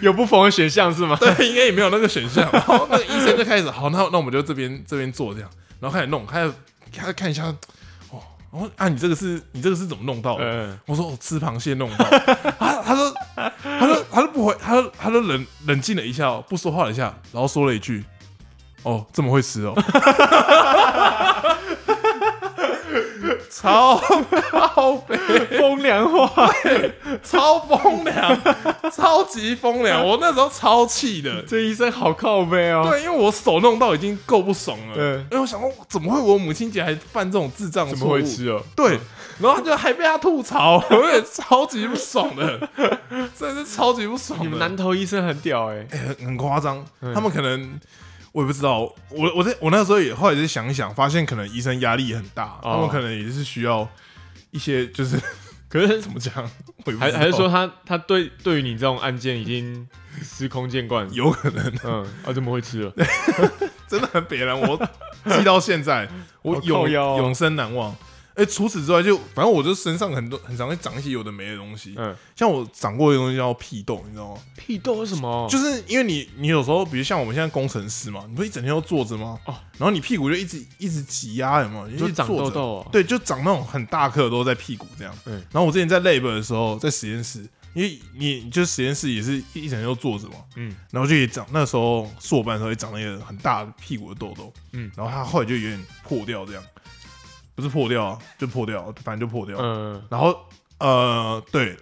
Speaker 1: 有不缝的选项是吗？
Speaker 2: 对，应该也没有那个选项。然后那个医生就开始，好，那那我们就这边这边做这样，然后开始弄，开始开始看一下，哦，然后啊，你这个是你这个是怎么弄到的？
Speaker 1: 嗯，
Speaker 2: 我说我、哦吃螃蟹弄到的，他他说他说他都不回，他说他都冷冷静了一下、哦，不说话了一下，然后说了一句：“哦，这么会吃哦。”超超悲
Speaker 1: 风凉话，
Speaker 2: 超风凉，超级风凉！我那时候超气的，
Speaker 1: 这医生好靠背哦。
Speaker 2: 对，因为我手弄到已经够不爽了。
Speaker 1: 嗯
Speaker 2: 因为我想说，怎么会我母亲节还犯这种智障
Speaker 1: 怎
Speaker 2: 错
Speaker 1: 么
Speaker 2: 误？
Speaker 1: 会吃哦？
Speaker 2: 对，然后就还被他吐槽， 我也超级不爽的， 真的是超级不爽的。
Speaker 1: 你们南投医生很屌哎、
Speaker 2: 欸很很夸张，
Speaker 1: 嗯
Speaker 2: 他们可能我也不知道，我我在我那时候也后来就想一想，发现可能医生压力也很大，他们可能也是需要一些就是
Speaker 1: 可是
Speaker 2: 怎么讲，我也不
Speaker 1: 还
Speaker 2: 知道
Speaker 1: 还是说他他对对于你这种案件已经司空见惯。
Speaker 2: 有可能
Speaker 1: 嗯，啊，怎么会 吃了？
Speaker 2: 真的很别人，我记到现 在，我
Speaker 1: 好靠
Speaker 2: 永、
Speaker 1: 腰哦
Speaker 2: 永生难忘。哎、除此之外就，反正我就身上很多很常会长一些有的没的东西，
Speaker 1: 嗯，
Speaker 2: 像我长过一个东西叫屁痘，你知道吗？
Speaker 1: 屁豆为什么？
Speaker 2: 就是因为你你有时候，比如像我们现在工程师嘛，你不是一整天都坐着吗？
Speaker 1: 哦
Speaker 2: 然后你屁股就一直一直挤压，有没有？
Speaker 1: 就
Speaker 2: 一直
Speaker 1: 长
Speaker 2: 坐
Speaker 1: 痘
Speaker 2: 着
Speaker 1: 痘哦
Speaker 2: 对，就长那种很大颗的都在屁股这样。
Speaker 1: 嗯
Speaker 2: 然后我之前在 lab 的时候，在实验室，因为你你就实验室也是一整天都坐着嘛，
Speaker 1: 嗯，
Speaker 2: 然后就也长，那时候硕班的时候也长了一个很大的屁股的痘痘，
Speaker 1: 嗯，
Speaker 2: 然后它后来就有点破掉，这样不是破掉啊，就破掉，反正就破掉。
Speaker 1: 嗯，
Speaker 2: 然后呃，对，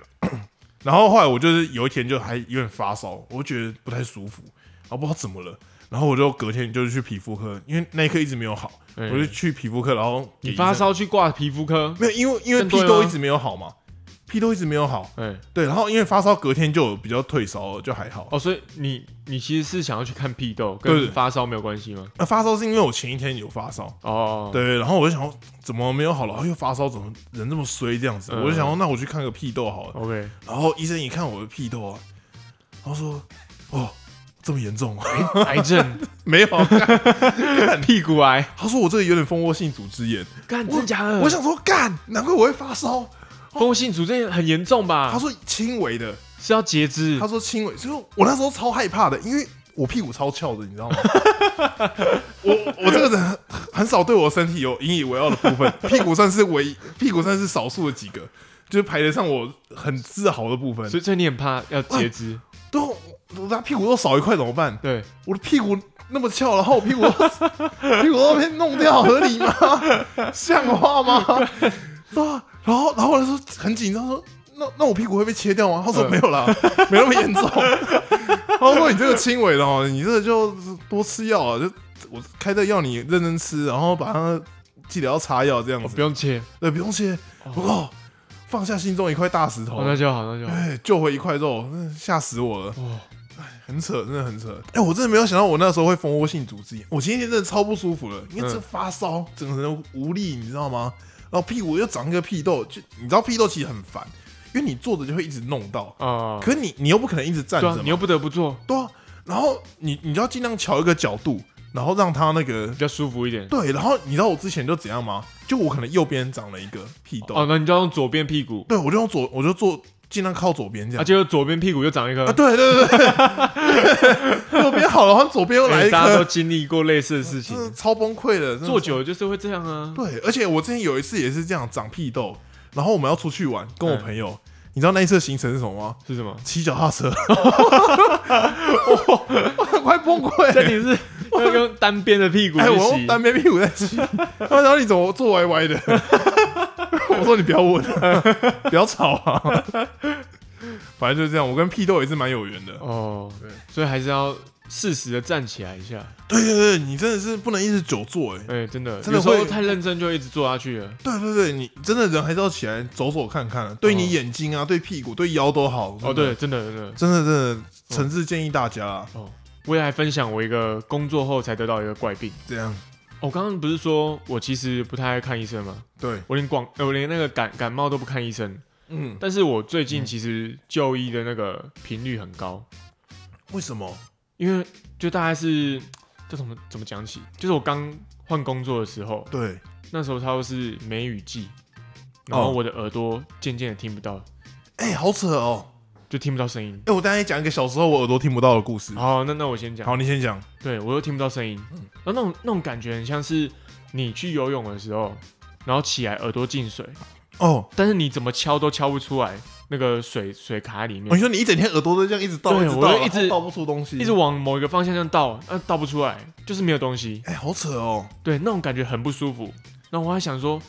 Speaker 2: 然后后来我就是有一天就还有点发烧，我就觉得不太舒服，然后不知道怎么了，然后我就隔天就是去皮肤科，因为那一刻一直没有好，
Speaker 1: 嗯
Speaker 2: 我就去皮肤科，然后给
Speaker 1: 你
Speaker 2: 医生
Speaker 1: 发烧去挂皮肤科？
Speaker 2: 没有？因为因为
Speaker 1: 更
Speaker 2: 屁痘
Speaker 1: 多了吗
Speaker 2: 一直没有好嘛，屁痘一直没有好，
Speaker 1: 哎，
Speaker 2: 对，然后因为发烧隔天就有比较退烧了，就还好。
Speaker 1: 哦，所以你你其实是想要去看屁豆，
Speaker 2: 对
Speaker 1: 跟发烧没有关系吗？
Speaker 2: 那呃发烧是因为我前一天有发烧，
Speaker 1: 哦，，
Speaker 2: 对，然后我就想说怎么没有好了，然后又发烧，怎么人这么衰这样子？
Speaker 1: 嗯哦
Speaker 2: 我就想说那我去看个屁痘好了。
Speaker 1: OK，
Speaker 2: 然后医生一看我的屁痘啊，然后说：“哦，这么严重啊
Speaker 1: 癌 症，？”
Speaker 2: 没有，干
Speaker 1: 屁股癌，
Speaker 2: 他说我这个有点蜂窝性组织炎。
Speaker 1: 干
Speaker 2: 我
Speaker 1: 真假的？
Speaker 2: 我想说，干，难怪我会发烧。
Speaker 1: 蜂窝性组织炎很严重吧
Speaker 2: 他？说轻微的，
Speaker 1: 是要截肢
Speaker 2: 他？说轻微，所以我那时候超害怕的，因为我屁股超翘的，你知 道吗？我我这个人很很少对我身体有引以为傲的部分，屁股算是唯一，屁股算是少数的几个，就是排得上我很自豪的部分。
Speaker 1: 所以所以你很怕要
Speaker 2: 哎
Speaker 1: 截肢？
Speaker 2: 都我他屁股都少一块怎么办？
Speaker 1: 对，
Speaker 2: 我的屁股那么翘，然后我屁股 屁股都被弄掉，合理 吗？像话吗？对啊，然后然后我就说很紧张，说那那我屁股会被切掉吗？他说
Speaker 1: 嗯
Speaker 2: 没有啦，没那么严重。 他说你这个轻微的哦，你这个就多吃药啊，就我开的药你认真吃，然后把它记得要擦药这样
Speaker 1: 我
Speaker 2: 子
Speaker 1: 不，用切，
Speaker 2: 对，哦不用切。哦，放下心中一块大石头
Speaker 1: 哦，，那就好，那就好。
Speaker 2: 哎，救回一块肉，嗯吓死我了。
Speaker 1: 哦，
Speaker 2: 很扯，真的很扯。哎、我真的没有想到我那时候会蜂窝性组织炎，我前一天真的超不舒服了，因为这
Speaker 1: 嗯
Speaker 2: 发烧，整个人无力，你知道吗？然后屁股又长一个屁痘，就你知道屁痘其实很烦，因为你坐着就会一直弄到，
Speaker 1: 啊，
Speaker 2: 可你你又不可能一直站
Speaker 1: 对
Speaker 2: 着
Speaker 1: 啊
Speaker 2: 嘛，，
Speaker 1: 你又不得不做，
Speaker 2: 对啊然后你你就要尽量调一个角度，然后让它那个
Speaker 1: 比较舒服一点。
Speaker 2: 对，然后你知道我之前就怎样吗？就我可能右边长了一个屁痘，
Speaker 1: 哦，那你就要用左边屁股，
Speaker 2: 对我就用左，我就坐尽量靠左边这样
Speaker 1: 啊，。结果左边屁股又长一颗
Speaker 2: 啊，。对对对对，右边好了，然后左边又来
Speaker 1: 哎
Speaker 2: 一颗，
Speaker 1: 大家都经历过类似的事
Speaker 2: 真的
Speaker 1: 情，
Speaker 2: 超崩溃的，真的
Speaker 1: 嗯做久了就是会这样啊。
Speaker 2: 对，而且我之前有一次也是这样长屁痘，然后我们要出去玩，跟
Speaker 1: 嗯
Speaker 2: 我朋友，你知道那一次的行程是什么吗？
Speaker 1: 是什么？
Speaker 2: 骑脚踏 车，我我快崩溃
Speaker 1: 这
Speaker 2: 了。
Speaker 1: 里是 要用单边的屁股
Speaker 2: 哎，
Speaker 1: 去
Speaker 2: 我用
Speaker 1: 洗。
Speaker 2: 单边屁股在骑，他说然后你怎么坐歪歪的？ 我说你不要问， 不要吵啊。反正就是这样，我跟屁痘也是蛮有缘的。
Speaker 1: 哦
Speaker 2: 对，
Speaker 1: 所以还是要适时的站起来一下。
Speaker 2: 对对对，你真的是不能一直久坐哎、
Speaker 1: 哎、真的，
Speaker 2: 真的
Speaker 1: 有时候
Speaker 2: 会
Speaker 1: 太认真就一直做下去了。
Speaker 2: 对对对，你真的人还是要起来走走看看，对
Speaker 1: 哦
Speaker 2: 你眼睛啊，对屁股，对腰都好。
Speaker 1: 哦，
Speaker 2: 真的
Speaker 1: 对，，真的真的，
Speaker 2: 真的真的，诚挚建议大家啊，
Speaker 1: 我也还分享我一个工作后才得到一个怪病。哦
Speaker 2: 这样
Speaker 1: 我、刚刚不是说我其实不太爱看医生吗？
Speaker 2: 对，
Speaker 1: 我连广，呃我连那个感感冒都不看医生。
Speaker 2: 嗯，
Speaker 1: 但是我最近其实就医的那个频率很高，
Speaker 2: 为什么？
Speaker 1: 因为就大概是这怎么怎么讲起？就是我刚换工作的时候，
Speaker 2: 对，
Speaker 1: 那时候它是梅雨季，然
Speaker 2: 哦
Speaker 1: 后我的耳朵渐渐的听不到，
Speaker 2: 哎、好扯哦，
Speaker 1: 就听不到声音。
Speaker 2: 哎、我刚才讲一个小时候我耳朵听不到的故事。
Speaker 1: 好，那那我先
Speaker 2: 嗯
Speaker 1: 讲，
Speaker 2: 好，你嗯先讲。
Speaker 1: 对我又听不到声音，然后那种那种感觉很像是你去游泳的时候，然后起来耳朵进水，
Speaker 2: 哦，
Speaker 1: 但是你怎么敲都敲不出来那个水水卡里
Speaker 2: 我
Speaker 1: 面，
Speaker 2: 说哦你一整天耳朵都这样一直倒，
Speaker 1: 对
Speaker 2: 一直
Speaker 1: 我就
Speaker 2: 倒，
Speaker 1: 一直
Speaker 2: 然后倒不出东西，
Speaker 1: 一直往某一个方向这样倒，那、倒不出来，就是没有东西。
Speaker 2: 哎、好扯哦，
Speaker 1: 对，那种感觉很不舒服。然后我还想说，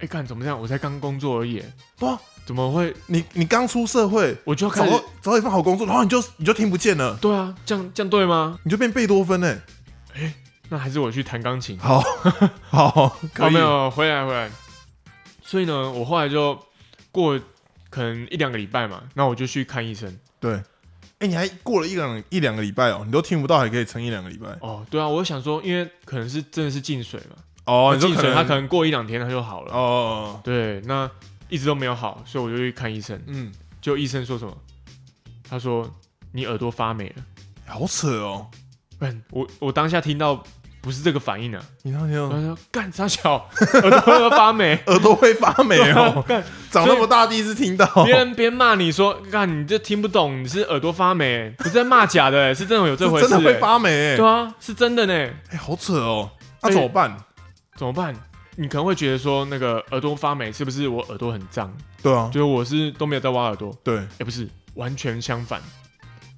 Speaker 1: 哎、干怎么这样？我才刚工作而已，
Speaker 2: 哇，
Speaker 1: 怎么会
Speaker 2: 你你刚出社会，
Speaker 1: 我就要
Speaker 2: 找
Speaker 1: 开
Speaker 2: 到
Speaker 1: 始？
Speaker 2: 找到一份好工作，然后你就你就听不见了，
Speaker 1: 对啊，这样这样对吗？
Speaker 2: 你就变贝多芬哎、
Speaker 1: 那还是我去弹钢琴。
Speaker 2: 好好， 可以、
Speaker 1: 哦，没有，回来回来。所以呢，我后来就过可能一两个礼拜嘛，那我就去看医生。
Speaker 2: 对，哎、你还过了一两一两个礼拜哦，你都听不到，还可以撑一两个礼拜
Speaker 1: 哦，对啊，我想说，因为可能是真的是进水嘛，
Speaker 2: 哦，你就
Speaker 1: 进
Speaker 2: 可
Speaker 1: 水
Speaker 2: 能
Speaker 1: 它可能过一两天它就好了。
Speaker 2: 哦，
Speaker 1: 对，那一直都没有好，所以我就去看医生。
Speaker 2: 嗯，
Speaker 1: 就医生说什么？他说你耳朵发霉了。
Speaker 2: 好扯哦，
Speaker 1: 嗯，我我当下听到不是这个反应啊，
Speaker 2: 你那
Speaker 1: 我
Speaker 2: 天。
Speaker 1: 说干傻小， 耳朵要发霉，
Speaker 2: 耳朵会发霉哦
Speaker 1: 干
Speaker 2: 长那么大第一次听到，
Speaker 1: 别人别骂你说，干你这听不懂，你是耳朵发霉，不是在骂假的、 是真的有这回事、
Speaker 2: 真的会发霉、欸，
Speaker 1: 对啊，是真的呢、
Speaker 2: 哎、好扯哦，那、
Speaker 1: 哎
Speaker 2: 怎么办？
Speaker 1: 怎么办？你可能会觉得说，那个耳朵发霉是不是我耳朵很脏？
Speaker 2: 对啊，
Speaker 1: 就是我是都没有在挖耳朵，
Speaker 2: 对，
Speaker 1: 哎、不是，完全相反，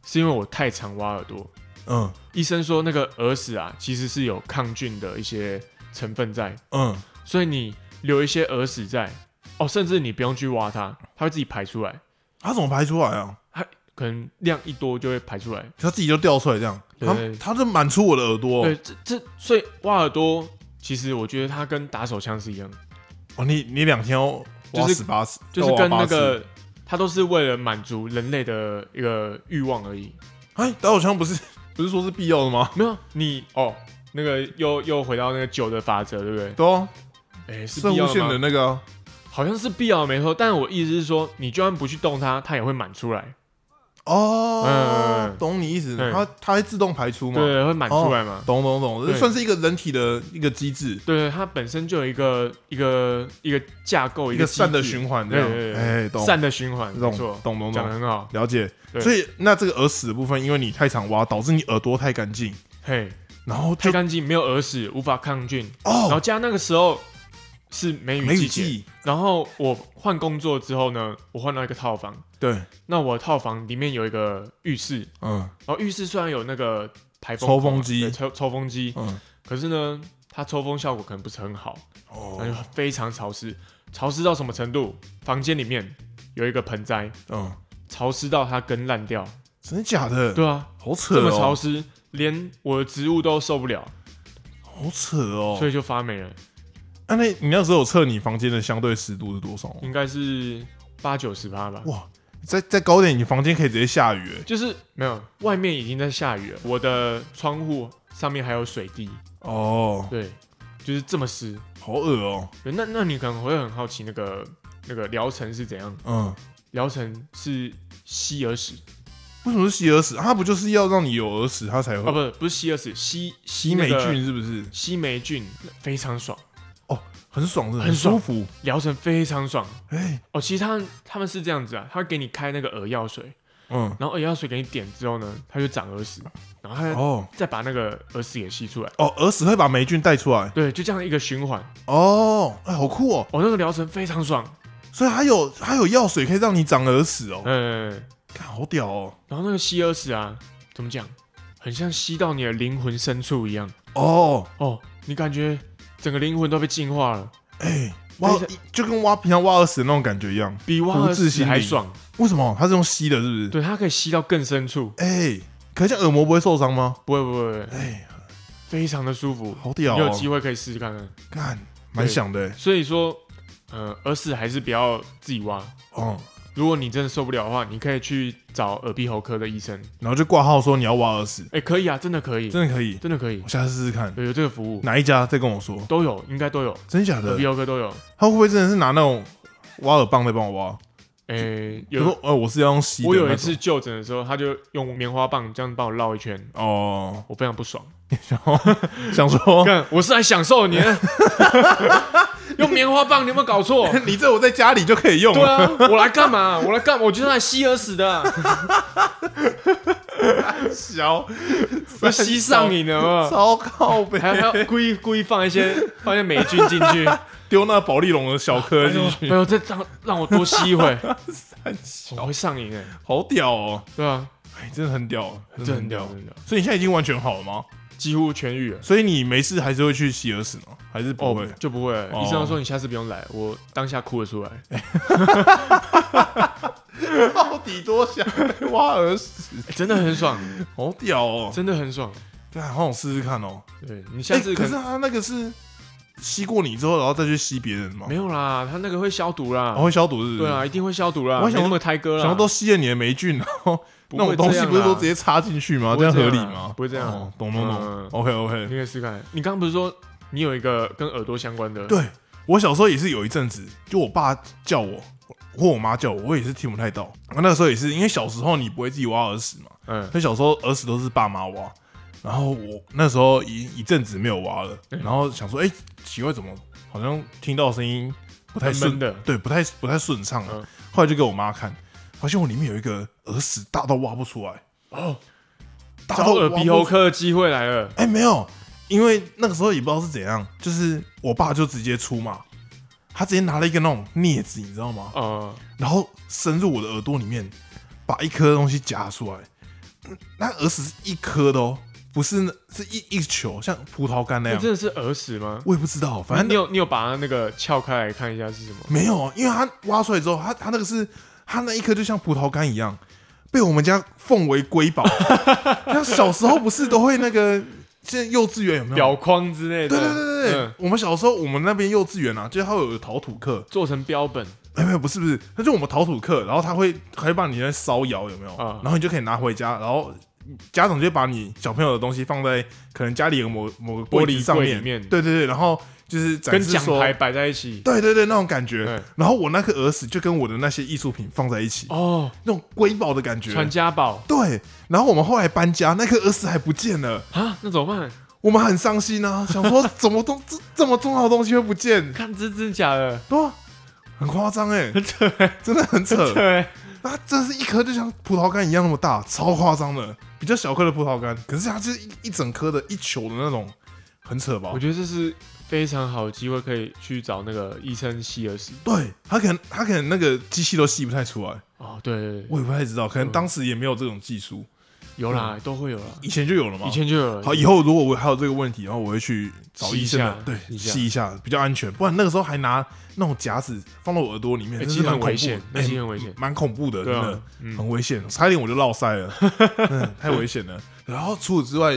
Speaker 1: 是因为我太常挖耳朵。
Speaker 2: 嗯
Speaker 1: 医生说，那个耳屎啊，其实是有抗菌的一些成分在，
Speaker 2: 嗯，
Speaker 1: 所以你留一些耳屎在，哦，甚至你不用去挖它，它会自己排出来，
Speaker 2: 他怎么排出来啊？
Speaker 1: 可能量一多就会排出来。
Speaker 2: 他自己就掉出来这样，他
Speaker 1: 对
Speaker 2: 他就满出我的耳朵哦
Speaker 1: 对，这这所以挖耳朵，其实我觉得它跟打手枪是一样的，
Speaker 2: 哦，你你两天要挖
Speaker 1: 就是
Speaker 2: 十八次，
Speaker 1: 就是跟
Speaker 2: 要挖
Speaker 1: 那
Speaker 2: 八次
Speaker 1: 个它都是为了满足人类的一个欲望而已。
Speaker 2: 哎，打火枪不是不是说是必要的吗？
Speaker 1: 没有你哦，那个又又回到那个酒的法则，对不对？
Speaker 2: 对啊，
Speaker 1: 哎、是
Speaker 2: 射
Speaker 1: 必
Speaker 2: 无
Speaker 1: 要
Speaker 2: 线的
Speaker 1: 吗？
Speaker 2: 那个啊
Speaker 1: 好像是必要的没错，但我意思是说，你就算不去动它，它也会满出来，嗯
Speaker 2: 哦
Speaker 1: 嗯，
Speaker 2: 懂你意思，
Speaker 1: 嗯
Speaker 2: 它它会自动排出嘛？
Speaker 1: 对，会满出来嘛。
Speaker 2: 懂懂懂，这
Speaker 1: 对
Speaker 2: 算是一个人体的一个机制，
Speaker 1: 对，它本身就有一个一个一个架构，
Speaker 2: 一
Speaker 1: 个
Speaker 2: 个
Speaker 1: 机制
Speaker 2: 善的循环这
Speaker 1: 对对对
Speaker 2: 样。
Speaker 1: 对
Speaker 2: 哎，懂
Speaker 1: 善的循环，没
Speaker 2: 懂
Speaker 1: 错，
Speaker 2: 懂懂
Speaker 1: 讲的
Speaker 2: 懂，
Speaker 1: 很好。
Speaker 2: 了解。
Speaker 1: 对
Speaker 2: 所以那这个耳屎的部分，因为你太常挖，导致你耳朵太干净，
Speaker 1: 嘿，
Speaker 2: 然后就
Speaker 1: 太干净，没有耳屎，无法抗菌。然后
Speaker 2: 哦，
Speaker 1: 加那个时候是梅雨
Speaker 2: 梅雨
Speaker 1: 季节，
Speaker 2: 季，
Speaker 1: 然后我换工作之后呢，我换到一个套房。
Speaker 2: 对，那
Speaker 1: 那我的套房里面有一个浴室，
Speaker 2: 嗯
Speaker 1: 然后浴室虽然有那个排风
Speaker 2: 抽
Speaker 1: 口嘛啊
Speaker 2: 风机
Speaker 1: 对抽抽风机，
Speaker 2: 嗯，
Speaker 1: 可是呢，它抽风效果可能不是很好，那就
Speaker 2: 哦，
Speaker 1: 非常潮湿，潮湿到什么程度？房间里面有一个盆栽，
Speaker 2: 嗯，
Speaker 1: 潮湿到它根烂掉。
Speaker 2: 真的假的？
Speaker 1: 对啊，
Speaker 2: 好扯
Speaker 1: 这么潮
Speaker 2: 哦，
Speaker 1: 湿，连我的植物都受不了，
Speaker 2: 好扯哦。
Speaker 1: 所以就发霉了，
Speaker 2: 啊，那你那时候有测你房间的相对湿度是多少吗？
Speaker 1: 应该是八九十趴吧。
Speaker 2: 哇，再再高点，你房间可以直接下雨、欸。
Speaker 1: 就是没有，外面已经在下雨了，我的窗户上面还有水滴，
Speaker 2: 哦，
Speaker 1: 对，就是这么湿。
Speaker 2: 好恶哦、
Speaker 1: 对那那你可能会很好奇那个那个疗程是怎样？
Speaker 2: 嗯，
Speaker 1: 疗程是吸耳屎
Speaker 2: 为什么是吸耳屎？它啊不就是要让你有耳屎，它才
Speaker 1: 啊，
Speaker 2: 会
Speaker 1: 不不是吸耳屎，吸
Speaker 2: 哦吸霉，菌，是不是？
Speaker 1: 吸霉菌非常爽，
Speaker 2: 很爽的，
Speaker 1: 很爽
Speaker 2: 舒服。
Speaker 1: 疗程非常爽。
Speaker 2: 哎、
Speaker 1: 哦，其实他们他们是这样子啊，他会给你开那个耳药水，
Speaker 2: 嗯，
Speaker 1: 然后耳药水给你点之后呢，它就长耳屎，然后它
Speaker 2: 哦
Speaker 1: 再把那个耳屎给吸出来，
Speaker 2: 哦，耳屎会把霉菌带出来。
Speaker 1: 对，就这样一个循环。
Speaker 2: 哦，哎、好酷哦、
Speaker 1: 哦，那个疗程非常爽，
Speaker 2: 所以还有还有药水可以让你长耳屎哦、
Speaker 1: 嗯，
Speaker 2: 看好屌哦、
Speaker 1: 然后那个吸耳屎啊，怎么讲，很像吸到你的灵魂深处一样。
Speaker 2: 哦，
Speaker 1: 哦，你感觉整个灵魂都被净化了，
Speaker 2: 哎、挖
Speaker 1: 对
Speaker 2: 就跟挖平常挖耳屎的那种感觉一样。
Speaker 1: 比挖耳
Speaker 2: 福至
Speaker 1: 屎
Speaker 2: 心
Speaker 1: 还
Speaker 2: 灵
Speaker 1: 爽。
Speaker 2: 为什么？它是用吸的，是不是？
Speaker 1: 对，它可以吸到更深处。
Speaker 2: 哎、可是这样耳膜不会受伤吗？
Speaker 1: 不会不会，不会
Speaker 2: 哎，
Speaker 1: 非常的舒服。
Speaker 2: 好屌
Speaker 1: 你
Speaker 2: 哦！
Speaker 1: 有机会可以试试看看。
Speaker 2: 干，蛮
Speaker 1: 对
Speaker 2: 想的欸。
Speaker 1: 所以说，呃，耳屎还是不要自己挖。
Speaker 2: 嗯，
Speaker 1: 如果你真的受不了的话，你可以去找耳鼻喉科的医生。
Speaker 2: 然后就挂号说你要挖耳屎，
Speaker 1: 哎、可以啊，真的可以，
Speaker 2: 真的可以。
Speaker 1: 真的可以
Speaker 2: 我，下次试试看
Speaker 1: 有有这个服务，
Speaker 2: 哪一家再跟我说，
Speaker 1: 都有，应该都有，
Speaker 2: 真假
Speaker 1: 耳
Speaker 2: 的
Speaker 1: 鼻？喉科都有。
Speaker 2: 他会不会真的是拿那种挖耳棒在帮我挖？
Speaker 1: 哎、
Speaker 2: 就
Speaker 1: 有
Speaker 2: 说呃，我是要用吸的
Speaker 1: 我
Speaker 2: 那种。
Speaker 1: 有一次就诊的时候，他就用棉花棒这样帮我绕一圈，
Speaker 2: 哦，
Speaker 1: 我非常不爽。
Speaker 2: 然后想说
Speaker 1: 看，我是来享受你的， 用棉花棒，你有没有 搞错？
Speaker 2: 你这我在家里就可以用
Speaker 1: 对
Speaker 2: 了，
Speaker 1: 啊，我来干嘛？我来干嘛？我就是来吸耳屎 的、啊，
Speaker 2: 小
Speaker 1: 我吸上瘾了有没有
Speaker 2: 糟糕呗，
Speaker 1: 还要还要故意故意放一些放一些霉菌进 去，
Speaker 2: 丢那保利龙的小颗进
Speaker 1: 哎
Speaker 2: 去，
Speaker 1: 呦，这让让我多吸 一会，
Speaker 2: 很
Speaker 1: 我
Speaker 2: 小，
Speaker 1: 会上瘾哎、
Speaker 2: 好屌哦！
Speaker 1: 对啊，
Speaker 2: 哎，真的很屌，真的
Speaker 1: 这很
Speaker 2: 很
Speaker 1: 屌
Speaker 2: 屌。
Speaker 1: 真的，
Speaker 2: 所以你现在已经完全好了吗？
Speaker 1: 几乎痊愈了。
Speaker 2: 所以你没事还是会去吸耳屎吗？还是不
Speaker 1: 哦
Speaker 2: 会？，
Speaker 1: 就不会了。
Speaker 2: 哦
Speaker 1: 医生说你下次不用来，我当下哭了出来。哎
Speaker 2: 到底多想被挖耳屎？
Speaker 1: 真的很爽，
Speaker 2: 好屌哦！
Speaker 1: 真的很爽。
Speaker 2: 对，啊好想试试看哦。
Speaker 1: 对你下次
Speaker 2: 欸可
Speaker 1: 可
Speaker 2: 是
Speaker 1: 能
Speaker 2: 他那个是吸过你之后，然后再去吸别人吗？
Speaker 1: 没有啦，他那个会消毒
Speaker 2: 然
Speaker 1: 啦
Speaker 2: 后。会消毒是不是？
Speaker 1: 对啊，一定会消毒啦。
Speaker 2: 哦我还想
Speaker 1: 没那么胎哥啦，
Speaker 2: 然后都吸了你的霉菌，然后
Speaker 1: 不
Speaker 2: 那
Speaker 1: 会
Speaker 2: 种东西
Speaker 1: 这样啦啊
Speaker 2: 不是都直接插进去吗？
Speaker 1: 不会
Speaker 2: 样合
Speaker 1: 这
Speaker 2: 理
Speaker 1: 样啊
Speaker 2: 吗？
Speaker 1: 不会这样啊
Speaker 2: 哦懂懂懂
Speaker 1: 嗯。
Speaker 2: OK OK，
Speaker 1: 你可以试试看。你刚刚不是说你有一个跟耳朵相关的？
Speaker 2: 对我小时候也是有一阵子，就我爸叫我或我妈叫我，我也是听不太到。然后那个时候也是因为小时候你不会自己挖耳屎嘛，
Speaker 1: 嗯，
Speaker 2: 所以小时候耳屎都是爸妈挖。然后我那时候一一阵子没有挖了，然后想说，哎、奇怪，怎么好像听到声音不太顺
Speaker 1: 闷闷的
Speaker 2: 对，不太不太顺畅了。
Speaker 1: 嗯
Speaker 2: 后来就给我妈看，发现我里面有一个耳屎大到挖不出来，
Speaker 1: 哦，
Speaker 2: 大
Speaker 1: 找
Speaker 2: 到
Speaker 1: 耳
Speaker 2: 挖
Speaker 1: 鼻
Speaker 2: 不
Speaker 1: 喉科的机会来了。
Speaker 2: 哎、没有，因为那个时候也不知道是怎样，就是我爸就直接出嘛，他直接拿了一个那种镊子，你知道吗？
Speaker 1: 哦，
Speaker 2: 然后深入我的耳朵里面，把一颗东西夹出来。嗯那耳屎是一颗的哦，不是那是一一球，像葡萄干那
Speaker 1: 那
Speaker 2: 样。
Speaker 1: 哎真的是耳屎吗？
Speaker 2: 我也不知道，反
Speaker 1: 你
Speaker 2: 正
Speaker 1: 有你有把它那个撬开来看一下是什么？
Speaker 2: 没有，啊因为他挖出来之后，他他那个是他那一颗就像葡萄干一样，被我们家奉为瑰 宝。像小时候不是都会那个，现在幼稚园有没有
Speaker 1: 表框之类的。
Speaker 2: 对对对对对，
Speaker 1: 嗯
Speaker 2: 我们小时候我们那边幼稚园啊，就是它会有陶土课，
Speaker 1: 做成标本。
Speaker 2: 哎没有不是不是，它就我们陶土课，然后他会还会把你那烧窑有没有？
Speaker 1: 啊
Speaker 2: 然后你就可以拿回家，然后家长就会把你小朋友的东西放在可能家里有某某个柜
Speaker 1: 玻璃
Speaker 2: 子上
Speaker 1: 柜
Speaker 2: 面，
Speaker 1: 里面
Speaker 2: 对对对，然后就是展
Speaker 1: 跟
Speaker 2: 示
Speaker 1: 奖
Speaker 2: 说
Speaker 1: 牌摆在一起。
Speaker 2: 对对对，那种感觉
Speaker 1: 对。
Speaker 2: 然后我那颗耳屎就跟我的那些艺术品放在一起，
Speaker 1: 哦，
Speaker 2: 那种瑰宝的感觉。
Speaker 1: 传家宝
Speaker 2: 对，然后我们后来搬家，那颗耳屎还不见了，
Speaker 1: 啊，那怎么办？
Speaker 2: 我们很伤心啊，想说怎么都这这么重要的东西会不见，
Speaker 1: 看这真假的，
Speaker 2: 对啊，很夸张哎，
Speaker 1: 很扯欸，
Speaker 2: 真的很扯。
Speaker 1: 对，
Speaker 2: 它真是一颗就像葡萄干一样那么大，超夸张的，比较小颗的葡萄干，可是它就是一一整颗的一球的那种，很扯吧
Speaker 1: 我？觉得这是非常好的机会，可以去找那个医生吸耳屎。
Speaker 2: 对，它可能它可能那个机器都吸不太出来，
Speaker 1: 哦，对对对，
Speaker 2: 我也不太知道，可能
Speaker 1: 嗯
Speaker 2: 当时也没有这种技术，
Speaker 1: 有啦，都会有啦，
Speaker 2: 以前就有了嘛
Speaker 1: 以。前就有了。
Speaker 2: 嗯好，以后如果我还有这个问题，然后我会去找
Speaker 1: 吸一
Speaker 2: 医生的，
Speaker 1: 下吸
Speaker 2: 对，
Speaker 1: 一下
Speaker 2: 吸一下比较安全，不然那个时候还拿那种夹子放到我耳朵里面，
Speaker 1: 欸
Speaker 2: 真
Speaker 1: 其
Speaker 2: 是
Speaker 1: 实
Speaker 2: 蛮
Speaker 1: 很
Speaker 2: 恐
Speaker 1: 危
Speaker 2: 怖
Speaker 1: 险，
Speaker 2: 的，
Speaker 1: 那其实
Speaker 2: 欸
Speaker 1: 很危险。
Speaker 2: 蛮恐怖的，真
Speaker 1: 对
Speaker 2: 的
Speaker 1: 啊。，嗯，
Speaker 2: 很危险，差一点我就落塞了，嗯，太危险了。然后除此之外，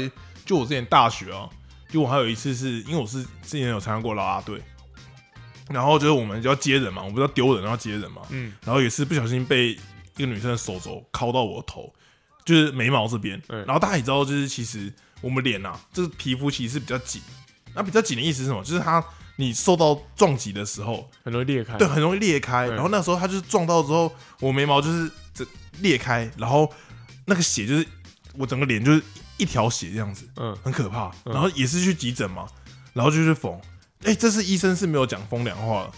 Speaker 2: 就我之前大学啊，就我还有一次是因为我是之前有参加过啦啦队，然后就是我们就要接人嘛，我们不是要丢人，然后接人嘛，
Speaker 1: 嗯，
Speaker 2: 然后也是不小心被一个女生的手肘敲到我的头，就是眉毛这边。
Speaker 1: 对
Speaker 2: 然后大家也知道，就是其实我们脸啊，这个皮肤其实是比较紧，那比较紧的意思是什么？就是它你受到撞击的时候，
Speaker 1: 很容易裂开。
Speaker 2: 对，很容易裂开。
Speaker 1: 哎对
Speaker 2: 然后那时候他就是撞到之后，我眉毛就是这裂开，然后那个血就是我整个脸就是一条血这样子，
Speaker 1: 嗯，
Speaker 2: 很可怕。
Speaker 1: 嗯
Speaker 2: 然后也是去急诊嘛，然后就去缝。哎、这次医生是没有讲风凉话的，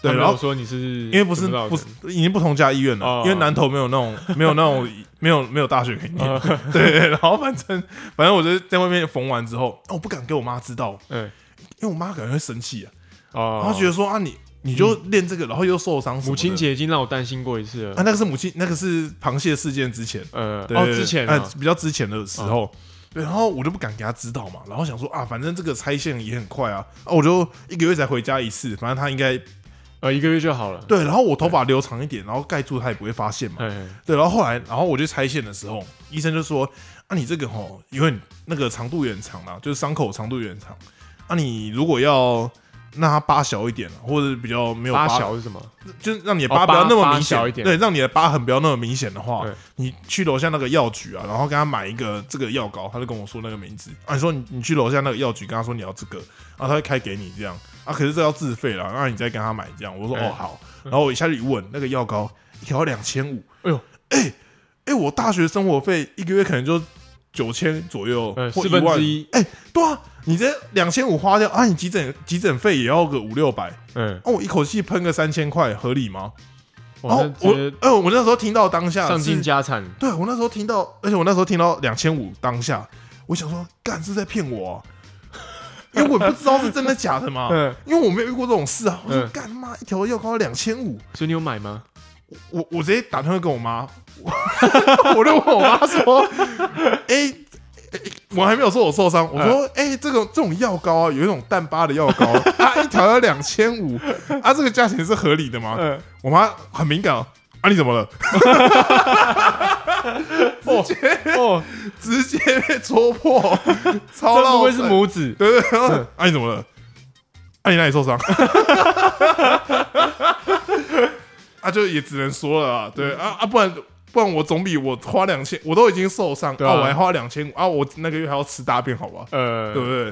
Speaker 2: 对，
Speaker 1: 他没
Speaker 2: 然
Speaker 1: 有
Speaker 2: 后
Speaker 1: 说你是
Speaker 2: 因为不是
Speaker 1: 怎么造
Speaker 2: 不
Speaker 1: 成
Speaker 2: 是已经不同家医院了，
Speaker 1: 哦
Speaker 2: 因为南投没有那 种没有那种没有没有大学可以念，
Speaker 1: 呃
Speaker 2: 对对。然后反正反正我就是在外面缝完之后，哦我不敢给我妈知道，
Speaker 1: 嗯，
Speaker 2: 因为我妈可能会生气啊，
Speaker 1: 哦，嗯
Speaker 2: 她觉得说啊你你就练这个，然后又受伤什么的，
Speaker 1: 母亲节已经让我担心过一次
Speaker 2: 啊
Speaker 1: 了。
Speaker 2: 那个是母亲那个是螃蟹事件之前，
Speaker 1: 呃，
Speaker 2: 对
Speaker 1: 哦，之前
Speaker 2: 呃
Speaker 1: 啊哦
Speaker 2: 比较之前的时候。对，然后我就不敢给她知道嘛，然后想说啊，反正这个拆线也很快啊，啊，我就一个月才回家一次，反正她应该
Speaker 1: 呃，一个月就好了。哎
Speaker 2: 对，然后我头发留长一点，然后盖住它也不会发现嘛。
Speaker 1: 嘿，嘿
Speaker 2: 对，然后后来，然后我去拆线的时候，医生就说：“啊，你这个吼，因为那个长度有点长啦，就是伤口长度有点长。啊，你如果要让它疤小一点，啊或者比较没有
Speaker 1: 八
Speaker 2: 疤，
Speaker 1: 小是什么？
Speaker 2: 就是让你的
Speaker 1: 哦
Speaker 2: 疤不要那
Speaker 1: 疤
Speaker 2: 么明显，
Speaker 1: 疤小一点
Speaker 2: 对，让你的疤痕不要那么明显的话
Speaker 1: 对，
Speaker 2: 你去楼下那个药局啊，然后跟他买一个这个药膏，他就跟我说那个名字啊，你说你你去楼下那个药局跟他说你要这个，然后他会开给你这样啊，可是这要自费了，那你再跟他买这样，我说
Speaker 1: 嗯
Speaker 2: 哦好，然后我一下去一问那个药膏一条两千五，
Speaker 1: 哎呦，
Speaker 2: 哎哎，我大学生活费一个月可能就九千左右
Speaker 1: 呃，，
Speaker 2: 或
Speaker 1: 四分
Speaker 2: 1万
Speaker 1: 之，一。
Speaker 2: 对啊，你这两千五花掉啊，你急诊急诊费也要个五六百，
Speaker 1: 嗯，
Speaker 2: 哦，我一口气喷个三千块合理吗？
Speaker 1: 哇，那
Speaker 2: 哦，我
Speaker 1: 直接
Speaker 2: 呃，我那时候听到当下
Speaker 1: 上
Speaker 2: 是
Speaker 1: 进，家产。
Speaker 2: 对我那时候听到，而且我那时候听到两千五当下，我想说，干是在骗我、啊， 因为我不知道是真的假的嘛，
Speaker 1: 嗯，
Speaker 2: 因为我没有遇过这种事啊。我说
Speaker 1: 嗯
Speaker 2: 干他妈一条药膏两千五，
Speaker 1: 所以你有买吗？
Speaker 2: 我我直接打电话跟我妈， 我我就问我妈说，哎、哎我还没有说我受伤，我说，
Speaker 1: 嗯
Speaker 2: 哎、这个这种药膏啊，有一种淡疤的药膏，它一条要两千五，啊，这个价钱是合理的吗？
Speaker 1: 嗯，
Speaker 2: 我妈很敏感哦，啊，你怎么了？直接
Speaker 1: 哦，
Speaker 2: 直接被戳 破，
Speaker 1: 这
Speaker 2: 超
Speaker 1: 不
Speaker 2: 浪
Speaker 1: 会
Speaker 2: 费。
Speaker 1: 是母子？
Speaker 2: 对对对，啊，你怎么了？啊，你哪里受伤？ 啊，就也只能说了啊，
Speaker 1: 嗯
Speaker 2: 对啊啊，不然不然我总比我花两千，我都已经受伤，
Speaker 1: 对啊
Speaker 2: 我还花两千五啊，我那个月还要吃大便，好吧？
Speaker 1: 呃，
Speaker 2: 对不对？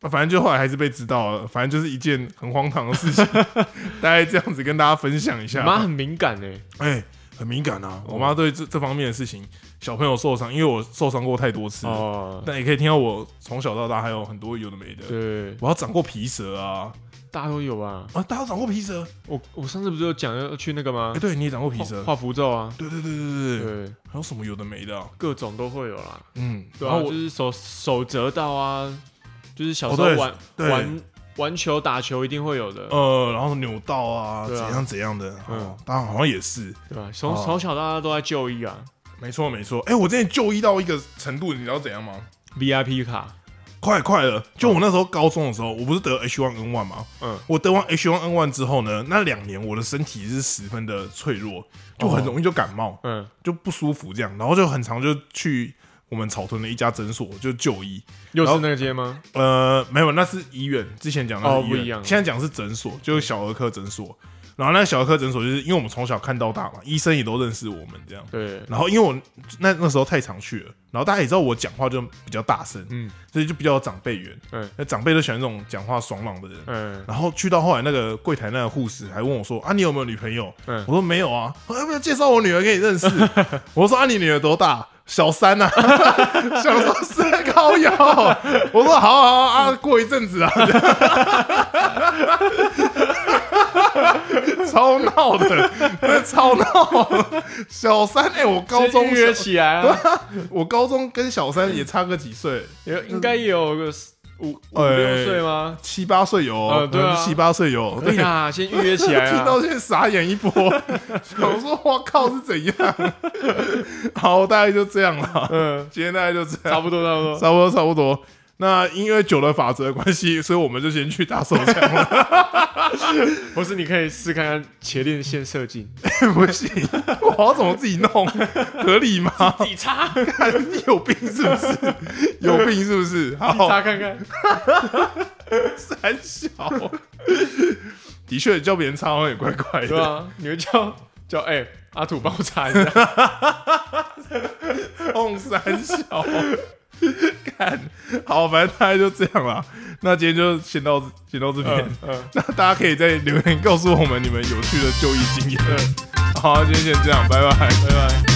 Speaker 2: 啊反正就后来还是被知道了，反正就是一件很荒唐的事 情，大概这样子跟大家分享一下。
Speaker 1: 妈很敏感哎。
Speaker 2: 哎、很敏感啊！我妈对这这方面的事情，小朋友受伤，因为我受伤过太多次，
Speaker 1: 哦，
Speaker 2: 但也可以听到我从小到大还有很多有的没的。
Speaker 1: 对，
Speaker 2: 我要长过皮蛇啊！
Speaker 1: 大家都有吧？
Speaker 2: 啊，大家都长过皮蛇？
Speaker 1: 我我上次不是有讲要去那个吗
Speaker 2: 哎、？对你也长过皮
Speaker 1: 画
Speaker 2: 蛇？
Speaker 1: 画符咒啊，
Speaker 2: 对对对对对对，
Speaker 1: 对，
Speaker 2: 还有什么有的没的、啊？
Speaker 1: 各种都会有啦。
Speaker 2: 嗯，
Speaker 1: 对
Speaker 2: 然
Speaker 1: 啊，
Speaker 2: 后
Speaker 1: 就
Speaker 2: 我
Speaker 1: 是手手折到啊，就是小时
Speaker 2: 哦
Speaker 1: 候
Speaker 2: 对
Speaker 1: 玩
Speaker 2: 对
Speaker 1: 玩玩球打球一定会有的，
Speaker 2: 呃，然后扭到啊，
Speaker 1: 对
Speaker 2: 怎
Speaker 1: 啊
Speaker 2: 样怎样的，
Speaker 1: 嗯
Speaker 2: 哦，当然好像也是，
Speaker 1: 对吧？从
Speaker 2: 哦
Speaker 1: 从小到大都在就医啊
Speaker 2: 没错没错。哎、我之前就医到一个程度，你知道怎样吗？
Speaker 1: ，VIP 卡，
Speaker 2: 快快了！就我那时候高中的时候，我不是得 H1N1 吗？
Speaker 1: 嗯，
Speaker 2: 我得完 H1N1 之后呢，那两年我的身体是十分的脆弱，就很容易就感冒，
Speaker 1: 嗯，
Speaker 2: 就不舒服这样，然后就很常就去我们草屯的一家诊所就就医。
Speaker 1: 又
Speaker 2: 然
Speaker 1: 是
Speaker 2: 后
Speaker 1: 那个街吗？
Speaker 2: 呃，没有，那是医院，之前讲的
Speaker 1: 哦
Speaker 2: 是医院
Speaker 1: 不一样
Speaker 2: 现在讲是诊所，就是小儿科诊所。然后那小儿科诊所就是因为我们从小看到大嘛，医生也都认识我们这样。
Speaker 1: 对，
Speaker 2: 然后因为我那那时候太常去了，然后大家也知道我讲话就比较大声，
Speaker 1: 嗯
Speaker 2: 所以就比较有长辈缘。
Speaker 1: 嗯
Speaker 2: 那长辈都喜欢这种讲话爽朗的人。
Speaker 1: 嗯
Speaker 2: 然后去到后来，那个柜台那个护士还问我说：“啊，你有没有女朋友？”
Speaker 1: 嗯
Speaker 2: 我说：“没有啊。”啊要不要介绍我女儿给你认识？ 我说：“啊，你女儿多大？小三 啊。”想说是在高腰。我说：“好好好啊，过一阵子啊。” 超闹的，真的超闹。小三，哎、我高中
Speaker 1: 是预约起来啊，
Speaker 2: 我高中跟小三也差个几岁，
Speaker 1: 有应该也有个四五五
Speaker 2: 哎
Speaker 1: 六岁吗？
Speaker 2: 七八岁有哦，
Speaker 1: 呃对啊
Speaker 2: 七八岁有。哦
Speaker 1: 对啊，先预约起 来
Speaker 2: 听
Speaker 1: 啊
Speaker 2: 到。现在傻眼一 波，想说哇靠是怎样？ 好，大概就这样了，
Speaker 1: 嗯，
Speaker 2: 今天大概就这
Speaker 1: 差
Speaker 2: 样，
Speaker 1: 不多，差不多。
Speaker 2: 差不多，差不多。那因为酒的法则的关系，所以我们就先去打手枪 了。
Speaker 1: 不是，你可以试看看茄链线 射精，
Speaker 2: 不行，我要怎么自己弄？合理吗？
Speaker 1: 自己插，自己
Speaker 2: 看你有病是不是？有病是不是？好
Speaker 1: 插，看看。
Speaker 2: 三小，的确叫别人插好像也怪怪
Speaker 1: 对
Speaker 2: 的。
Speaker 1: 啊，你会叫叫哎、阿土帮我查一下，
Speaker 2: 痛三小，看好，反正大概就这样啦。那今天就先到先到这边，
Speaker 1: 嗯嗯
Speaker 2: 那大家可以在留言告诉我们你们有趣的就医经验。
Speaker 1: 嗯
Speaker 2: 好，今天先这样，拜拜，拜拜。